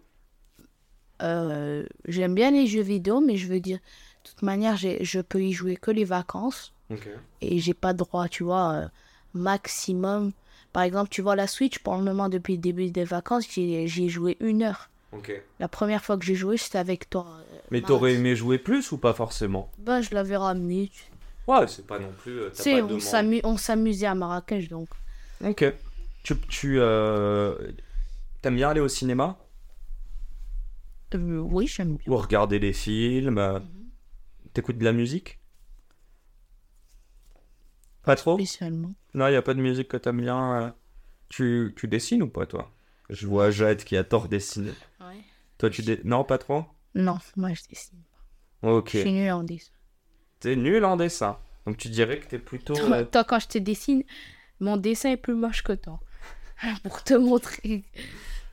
Euh, j'aime bien les jeux vidéo, mais je veux dire, de toute manière, j'ai- je peux y jouer que les vacances Ok. et j'ai pas droit, tu vois, euh, maximum. Par exemple, tu vois la Switch, pour le moment, depuis le début des vacances, j'ai j'y ai joué une heure. Ok. La première fois que j'ai joué, c'était avec toi. euh, Mais Max. t'aurais aimé jouer plus ou pas forcément Ben, je l'avais ramené. Tu Ouais, c'est pas non plus... euh, t'as sais, pas de on demande. s'amu- on s'amusait à Marrakech, donc. Ok. Tu... tu euh, T'aimes bien aller au cinéma Euh, oui, j'aime bien. Ou regarder des films. euh, Mhm. T'écoutes de la musique Pas trop Spécialement. Non, il a pas de musique que t'aimes bien. euh. Tu, tu dessines ou pas, toi Je vois Jade qui adore dessiner. Toi, tu dé- Non, pas trop Non, moi, je dessine. Ok. Je suis nulle en dessin. T'es nul en dessin. Donc, tu dirais que t'es plutôt... Toi, euh, toi, quand je te dessine, mon dessin est plus moche que toi. [laughs] Pour te montrer.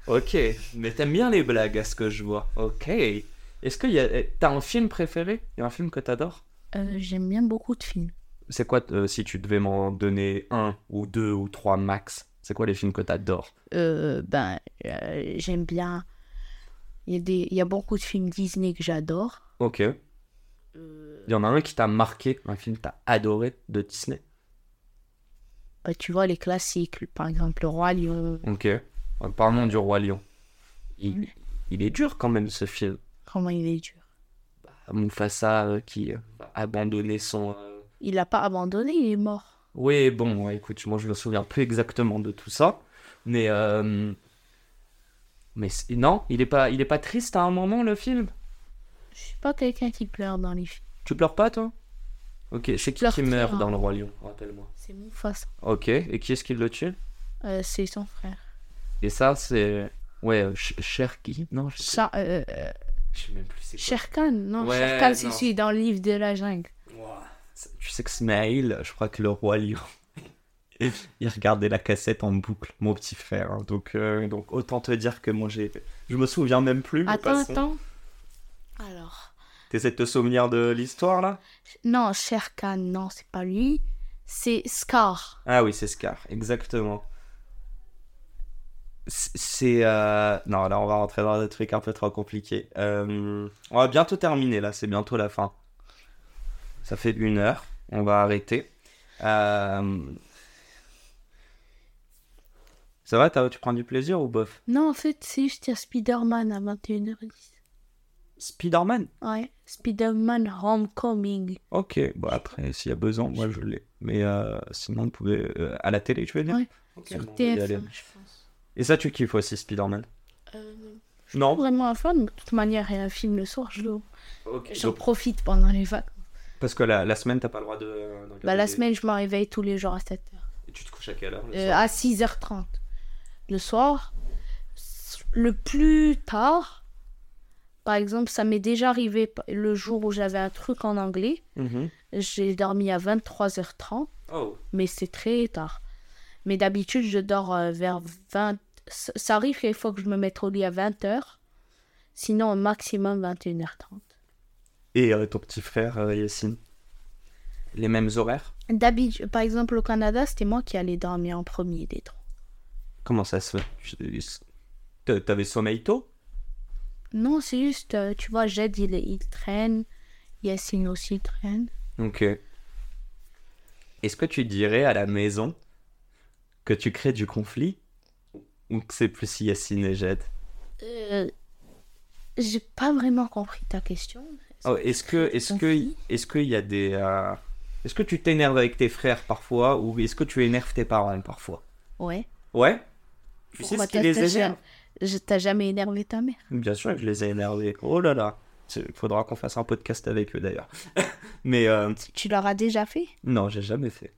Ok. Mais t'aimes bien les blagues, à ce que je vois. Ok. Est-ce que y a... eh, t'as un film préféré Y a un film que t'adores Euh, J'aime bien beaucoup de films. C'est quoi, euh, si tu devais m'en donner un ou deux ou trois max C'est quoi les films que t'adores Euh, ben, euh, j'aime bien. Il y, a des... il y a beaucoup de films Disney que j'adore. Ok. Euh, Il y en a un qui t'a marqué, un film que t'as adoré de Disney. bah, tu vois, les classiques, par exemple, Le Roi Lion. Ok. Euh, Parlons du Roi Lion. Il, Mm. il est dur quand même ce film. Comment il est dur. Mufasa euh, qui euh, a abandonné son. euh, Il l'a pas abandonné, il est mort. Oui, bon, ouais, écoute, moi je me souviens plus exactement de tout ça. Mais. euh, Mais c'est- non, il est, pas, il est pas triste à un moment le film Je suis pas quelqu'un qui pleure dans les films. Tu pleures pas toi Ok, c'est qui Pleure qui très meurt rarement. dans le Roi Lion Rappelle-moi. C'est mon face. Ok, et qui est-ce qui le tue Euh, c'est son frère. Et ça, c'est. Ouais, euh, Ch- Cher qui Non, je sais, Ça, euh, euh, je sais même plus c'est quoi. Shere Khan, non, Ouais, Shere Khan, c'est non. celui dans le livre de la jungle. Ouah, ça- Tu sais que Snail, je crois que le roi lion, [laughs] il regardait la cassette en boucle, mon petit frère. hein. Donc, euh, donc autant te dire que moi j'ai, je me souviens même plus. mais Attends, passons. attends. Alors. T'essaies de te souvenir de l'histoire là Non, Shere Khan, non, c'est pas lui. C'est Scar. Ah oui, c'est Scar, exactement. C- C'est euh, non, là on va rentrer dans des trucs un peu trop compliqués. Euh, On va bientôt terminer là, c'est bientôt la fin. Ça fait une heure, on va arrêter. Euh, Ça va, t'as- tu prends du plaisir ou bof Non, en fait, c'est juste il y a Spider-Man à 21h10. Spider-Man Ouais. Spider-Man Homecoming. Ok, bon après, s'il y a besoin, moi je l'ai. Mais euh, sinon, on pouvait. euh, à la télé, tu veux dire Ouais. Ok, Sur bon. TF1, je pense. Et ça, tu kiffes aussi Spider-Man Euh, Non Vraiment un fan, mais de toute manière, il y a un film le soir, je le- Ok. j'en Donc, profite pendant les vacances. Parce que la, la semaine, t'as pas le droit de. euh, de Bah, la regarder. semaine, je me réveille tous les jours à 7h. et tu te couches à quelle heure le Euh, soir à 6h30 le soir. Le plus tard, par exemple, ça m'est déjà arrivé p- le jour où j'avais un truc en anglais. Mhm. J'ai dormi à 23h30, Oh, mais c'est très tard. Mais d'habitude, je dors euh, vers 20... Ça ça arrive qu'il faut que je me mette au lit à 20h. Sinon, au maximum 21h30. Et euh, ton petit frère, euh, Yacine Les mêmes horaires D'habitude, par exemple, au Canada, c'était moi qui allais dormir en premier des trois. Comment ça se fait Je- T'a- T'avais sommeil tôt Non, c'est juste, euh, tu vois, Jed, il, il traîne. Yassine aussi traîne. Ok. euh, Est-ce que tu dirais à la maison que tu crées du conflit Ou que c'est plus Yacine et Jade Euh, J'ai pas vraiment compris ta question. Oh, Est-ce que, est-ce que, conflit est-ce qu'il y a des, euh, est-ce que tu t'énerves avec tes frères parfois ou est-ce que tu énerves tes parents parfois Ouais. Ouais. Tu sais Pourquoi ce qui t'as- les t'as énerve ja- Je t'ai jamais énervé ta mère. Bien sûr que je les ai énervés. Oh là là. Il faudra qu'on fasse un podcast avec eux d'ailleurs. [laughs] Mais euh, Tu leur as déjà fait non, j'ai jamais fait.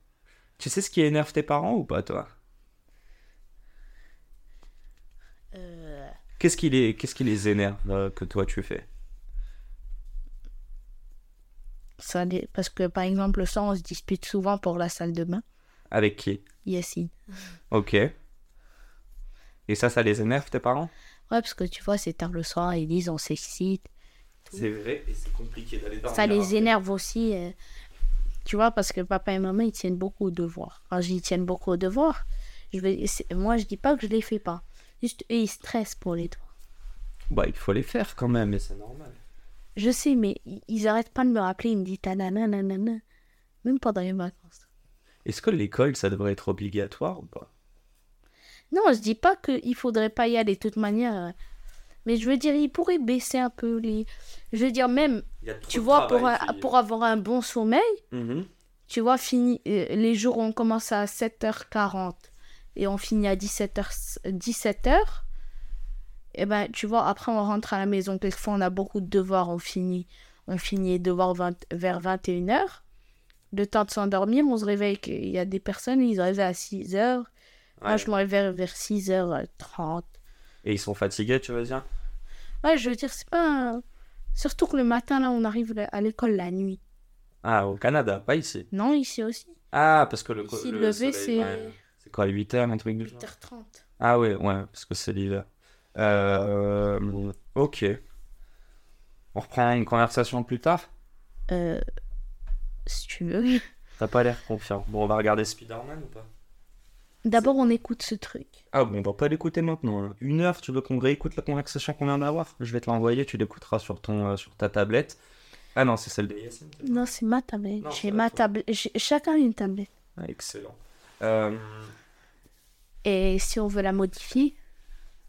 Tu sais ce qui énerve tes parents ou pas toi euh, Qu'est-ce qui les, qu'est-ce qui les énerve euh, que toi tu fais ça, dé- Parce que par exemple, le sang, on se dispute souvent pour la salle de bain. Avec qui Yassine. Ok. Et ça, ça les énerve tes parents Ouais, parce que tu vois, c'est tard le soir, ils disent on s'excite. c'est vrai et c'est compliqué d'aller Ah, dormir. Ça les après. énerve aussi. euh, Tu vois, parce que papa et maman, ils tiennent beaucoup aux devoirs. Quand j'y tiennent beaucoup aux devoirs, je vais... c'est- moi, je dis pas que je les fais pas. Juste, eux, ils stressent pour les devoirs. Bah, il faut les faire quand même. et ça- C'est normal. Je sais, mais i- ils arrêtent pas de me rappeler. Ils me disent ta nanana, nanana. Même pendant les vacances. Est-ce que l'école, ça devrait être obligatoire ou pas Non, je dis pas qu'il faudrait pas y aller de toute manière. euh, Mais je veux dire, ils pourraient baisser un peu les. Je veux dire, même, Il y a trop tu de vois, pour, travail, un- fille. pour euh, avoir un bon sommeil, Mhm. tu vois, fini, euh, les jours où on commence à 7h40 et on finit à 17h, 17h, et ben, tu vois, après on rentre à la maison. Quelquefois, on a beaucoup de devoirs, on finit, on finit les devoirs 20 vers 21h. Le temps de s'endormir, on se réveille. que- Il y a des personnes, ils se réveillent à 6h. Moi, Ouais. je me réveille vers 6h30. Et ils sont fatigués, tu veux dire Ouais, je veux dire, c'est pas. un- Surtout que le matin, là, on arrive à l'école la nuit. Ah, au Canada, pas ici. Non, ici aussi. Ah, parce que le. Ici, le le lever, soleil- c'est ouais. C'est quoi, 8h, un truc du genre 8h30. Ah, ouais, ouais, parce que c'est l'hiver. Euh, euh, ok. On reprend une conversation plus tard Euh, si tu veux. [laughs] T'as pas l'air confiant. Bon, on va regarder Spider-Man ou pas D'abord, on écoute ce truc. Ah bon, on va pas l'écouter maintenant. hein. Une heure, tu veux qu'on réécoute la conversation qu'on vient d'avoir Je vais te l'envoyer, tu l'écouteras sur, ton, euh, sur ta tablette. Ah non, c'est celle de Yacine. c'est bon. Non, c'est ma tablette. Non, J'ai ça ma va, toi. tablette. J'ai chacun une tablette. Ah, excellent. Euh, Et si on veut la modifier,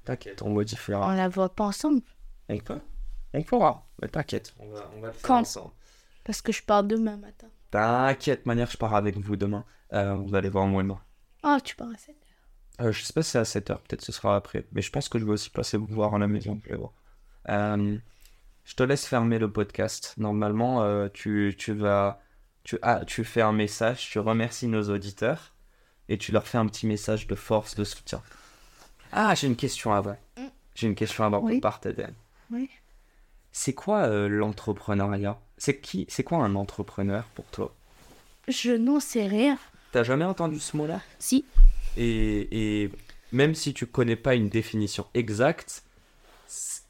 t'inquiète, on modifiera. on la voit pas ensemble. On peut On pourra, mais Bah, t'inquiète. On va, on va le faire Quand- ensemble. Parce que je pars demain matin. T'inquiète, manière, je pars avec vous demain. Euh, vous allez voir moi et moi. Ah, tu pars à 7 Euh, je sais pas si c'est à 7h, peut-être ce sera après. Mais je pense que je vais aussi passer vous voir à la maison, je vais voir. Euh, je te laisse fermer le podcast. Normalement, euh, tu, tu vas... Tu, ah, tu fais un message, tu remercies nos auditeurs et tu leur fais un petit message de force, de soutien. Ah, j'ai une question avant. J'ai une question avant Mm. Oui. qu'on parte, Adèle. Oui. C'est quoi euh, l'entrepreneuriat C'est qui C'est quoi un entrepreneur pour toi Je n'en sais rien. T'as jamais entendu ce mot-là Si. et, et même si tu connais pas une définition exacte, s-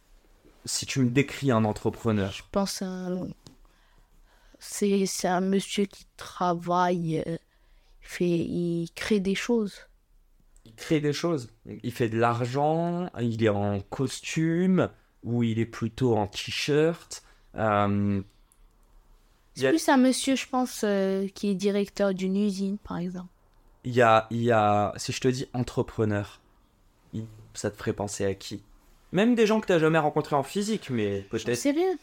si tu me décris un entrepreneur, Je pense à un. C'est c'est un monsieur qui travaille. euh, il fait, il crée des choses. il crée des choses, il fait de l'argent, il est en costume ou il est plutôt en t-shirt. euh, Il y C'est a- plus un monsieur, je pense, euh, qui est directeur d'une usine, par exemple. Il y a, il y a, si je te dis entrepreneur, il- ça te ferait penser à qui Même des gens que t'as jamais rencontrés en physique, mais J'en peut-être sais rien.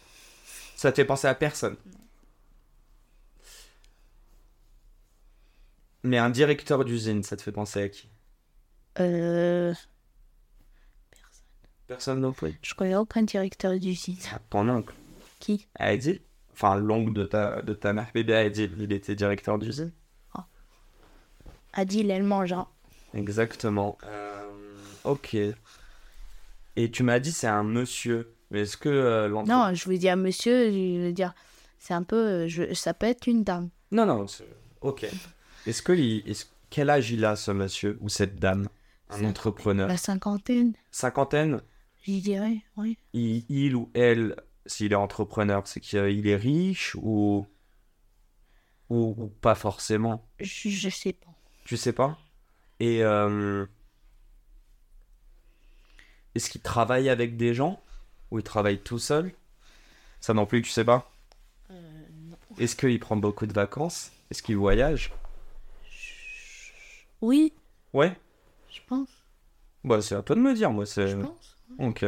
ça te fait penser à personne. Mais un directeur d'usine, ça te fait penser à qui Euh, Personne non plus. je connais aucun directeur d'usine. [laughs] Ton oncle, Qui Adil Enfin, l'oncle de ta, de ta mère bébé, Adil, il était directeur d'usine. Adil El Mangea. Exactement. Euh, Ok. Et tu m'as dit c'est un monsieur. Mais est-ce que euh, l'entre- Non, je veux dire monsieur, je veux dire, c'est un peu, euh, je, ça peut être une dame. Non, non, c'est- ok. Est-ce que il- est-ce- quel âge il a ce monsieur ou cette dame Un entrepreneur. La cinquantaine, Cinquantaine je dirais, oui. il, il ou elle, s'il est entrepreneur, c'est qu'il est riche ou... ou ou pas forcément Je, je sais pas. Tu sais pas Et euh, est-ce qu'il travaille avec des gens ou il travaille tout seul Ça non plus, tu sais pas Euh, Est-ce qu'il prend beaucoup de vacances Est-ce qu'il voyage Oui, Ouais je pense, Bah c'est à toi de me dire, moi Euh, c'est... je pense. Ok.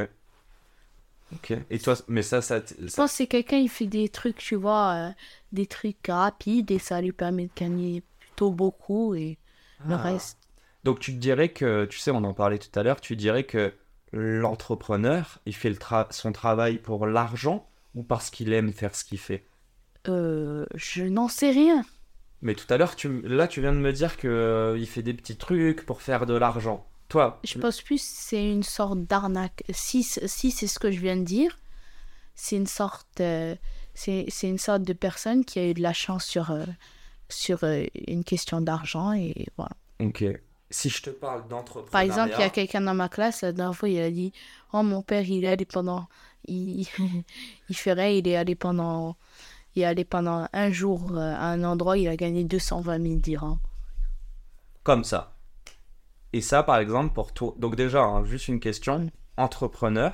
Ok. Et toi, mais ça, ça... t- Je ça- pense que c'est quelqu'un, il fait des trucs, tu vois, euh, des trucs rapides et ça lui permet de gagner plutôt beaucoup et le Ah. reste. Donc tu dirais que, tu sais, on en parlait tout à l'heure, tu dirais que l'entrepreneur, il fait le tra- son travail pour l'argent ou parce qu'il aime faire ce qu'il fait Euh, je n'en sais rien. Mais tout à l'heure, tu, m- là, tu viens de me dire que euh, il fait des petits trucs pour faire de l'argent. Toi, Je pense plus que c'est une sorte d'arnaque. Si, c- si c'est ce que je viens de dire, c'est une sorte, euh, c'est c'est une sorte de personne qui a eu de la chance sur, euh, sur euh, une question d'argent et voilà. ok. Si je te parle d'entrepreneuriat, Par exemple, il y a quelqu'un dans ma classe, la dernière fois, il a dit « Oh, mon père, il est indépendant. Il, [laughs] il ferait, il est allé pendant... Il est allé pendant un jour euh, à un endroit, il a gagné 220 000 dirhams. comme ça. Et ça, par exemple, pour toi. Donc déjà, hein, juste une Mm. question. Entrepreneur,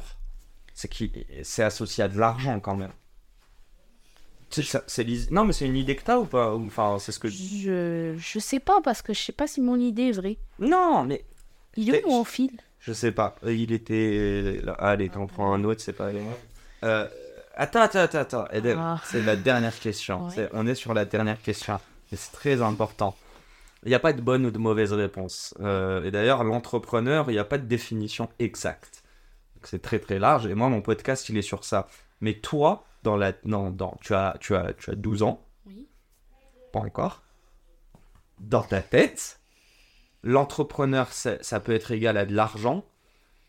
c'est qui C'est associé à de l'argent quand même. C'est ça- c'est l'is- non, mais c'est une idée que t'as ou pas Ou- Enfin, c'est ce que. Je, je sais pas, parce que je sais pas si mon idée est vraie. Non, mais Il est Mais- où mon fil je sais pas. Euh, Il était. euh, là- Ah, Allez, t'en prends un autre, c'est pas grave. Euh, Attends, attends, attends, attends. Edem, Ah. c'est la dernière question. Ouais. C'est- On est sur la dernière question. Et c'est très important. Il n'y a pas de bonne ou de mauvaise réponse. Euh, et d'ailleurs, l'entrepreneur, il n'y a pas de définition exacte. Donc, C'est très très large. Et moi, mon podcast, il est sur ça. Mais toi, dans la... non, dans... Tu, as, tu, as, tu as 12 ans. Oui. Pas encore. Dans ta tête, l'entrepreneur, c'est- ça peut être égal à de l'argent.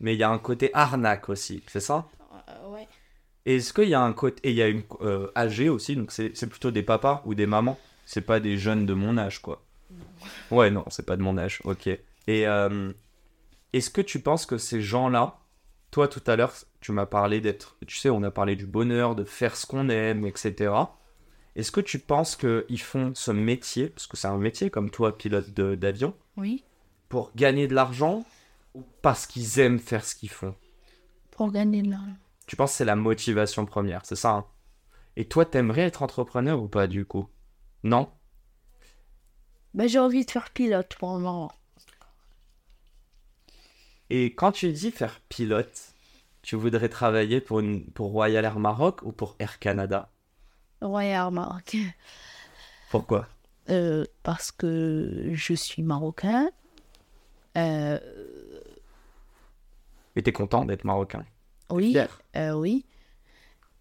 Mais il y a un côté arnaque aussi. C'est ça ouais. et Est-ce qu'il y a un côté. Et il y a une euh, âgée aussi, donc c'est c'est plutôt des papas ou des mamans. C'est pas des jeunes de mon âge, quoi. Ouais, non, c'est pas de mon âge, ok. Et euh, est-ce que tu penses que ces gens-là. Toi, tout à l'heure, tu m'as parlé d'être. Tu sais, on a parlé du bonheur, de faire ce qu'on aime, etc. Est-ce que tu penses qu'ils font ce métier, parce que c'est un métier comme toi, pilote de- d'avion, Oui, pour gagner de l'argent ou parce qu'ils aiment faire ce qu'ils font pour gagner de l'argent. tu penses que c'est la motivation première, c'est ça hein Et toi, t'aimerais être entrepreneur ou pas du coup Non Ben, j'ai envie de faire pilote pour le moment. Et quand tu dis faire pilote, tu voudrais travailler pour, une, pour Royal Air Maroc ou pour Air Canada Royal Maroc. Pourquoi Euh, parce que je suis marocain. Euh, Mais t'es content d'être marocain oui. Fier. euh, oui.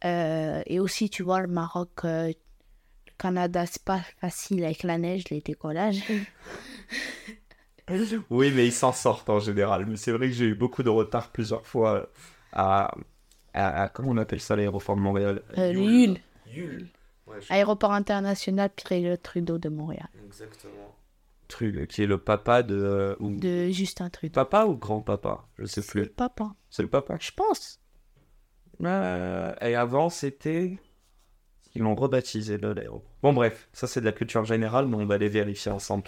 Euh, et aussi, tu vois, le Maroc, euh, le Canada, c'est pas facile avec la neige, les décollages. Oui, mais ils s'en sortent en général. Mais c'est vrai que j'ai eu beaucoup de retard plusieurs fois à... à- à- comment on appelle ça l'aéroport de Montréal Euh, Yule. Aéroport international Pierre Trudeau de Montréal. Exactement. Truc qui est le papa de... euh, ou- De Justin Trudeau. Papa ou grand-papa Je sais C'est plus. Papa. C'est le papa Je pense. Euh, et avant, c'était. Ils l'ont rebaptisé le l'aéroport. Bon, bref, ça c'est de la culture générale, mais on va les vérifier ensemble.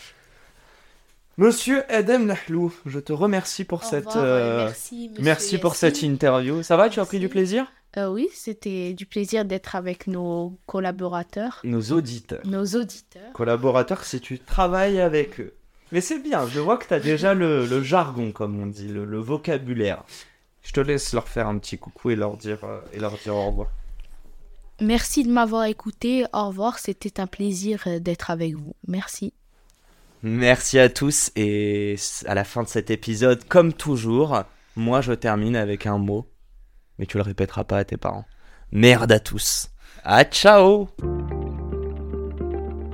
Monsieur Edem Lahlou, je te remercie pour cette. euh, merci, merci pour cette interview. Ça va, tu as pris du Merci. plaisir Euh, oui, c'était du plaisir d'être avec nos collaborateurs, Nos auditeurs. nos auditeurs. Collaborateurs, si tu travailles avec eux. Mais c'est bien, je vois que tu as déjà le, le jargon, comme on dit, le, le vocabulaire. Je te laisse leur faire un petit coucou et leur dire, euh, et leur dire au revoir. Merci de m'avoir écouté. Au revoir. C'était un plaisir euh, d'être avec vous. Merci. Merci à tous et à la fin de cet épisode, comme toujours, moi je termine avec un mot, mais tu le répéteras pas à tes parents. Merde à tous. À ciao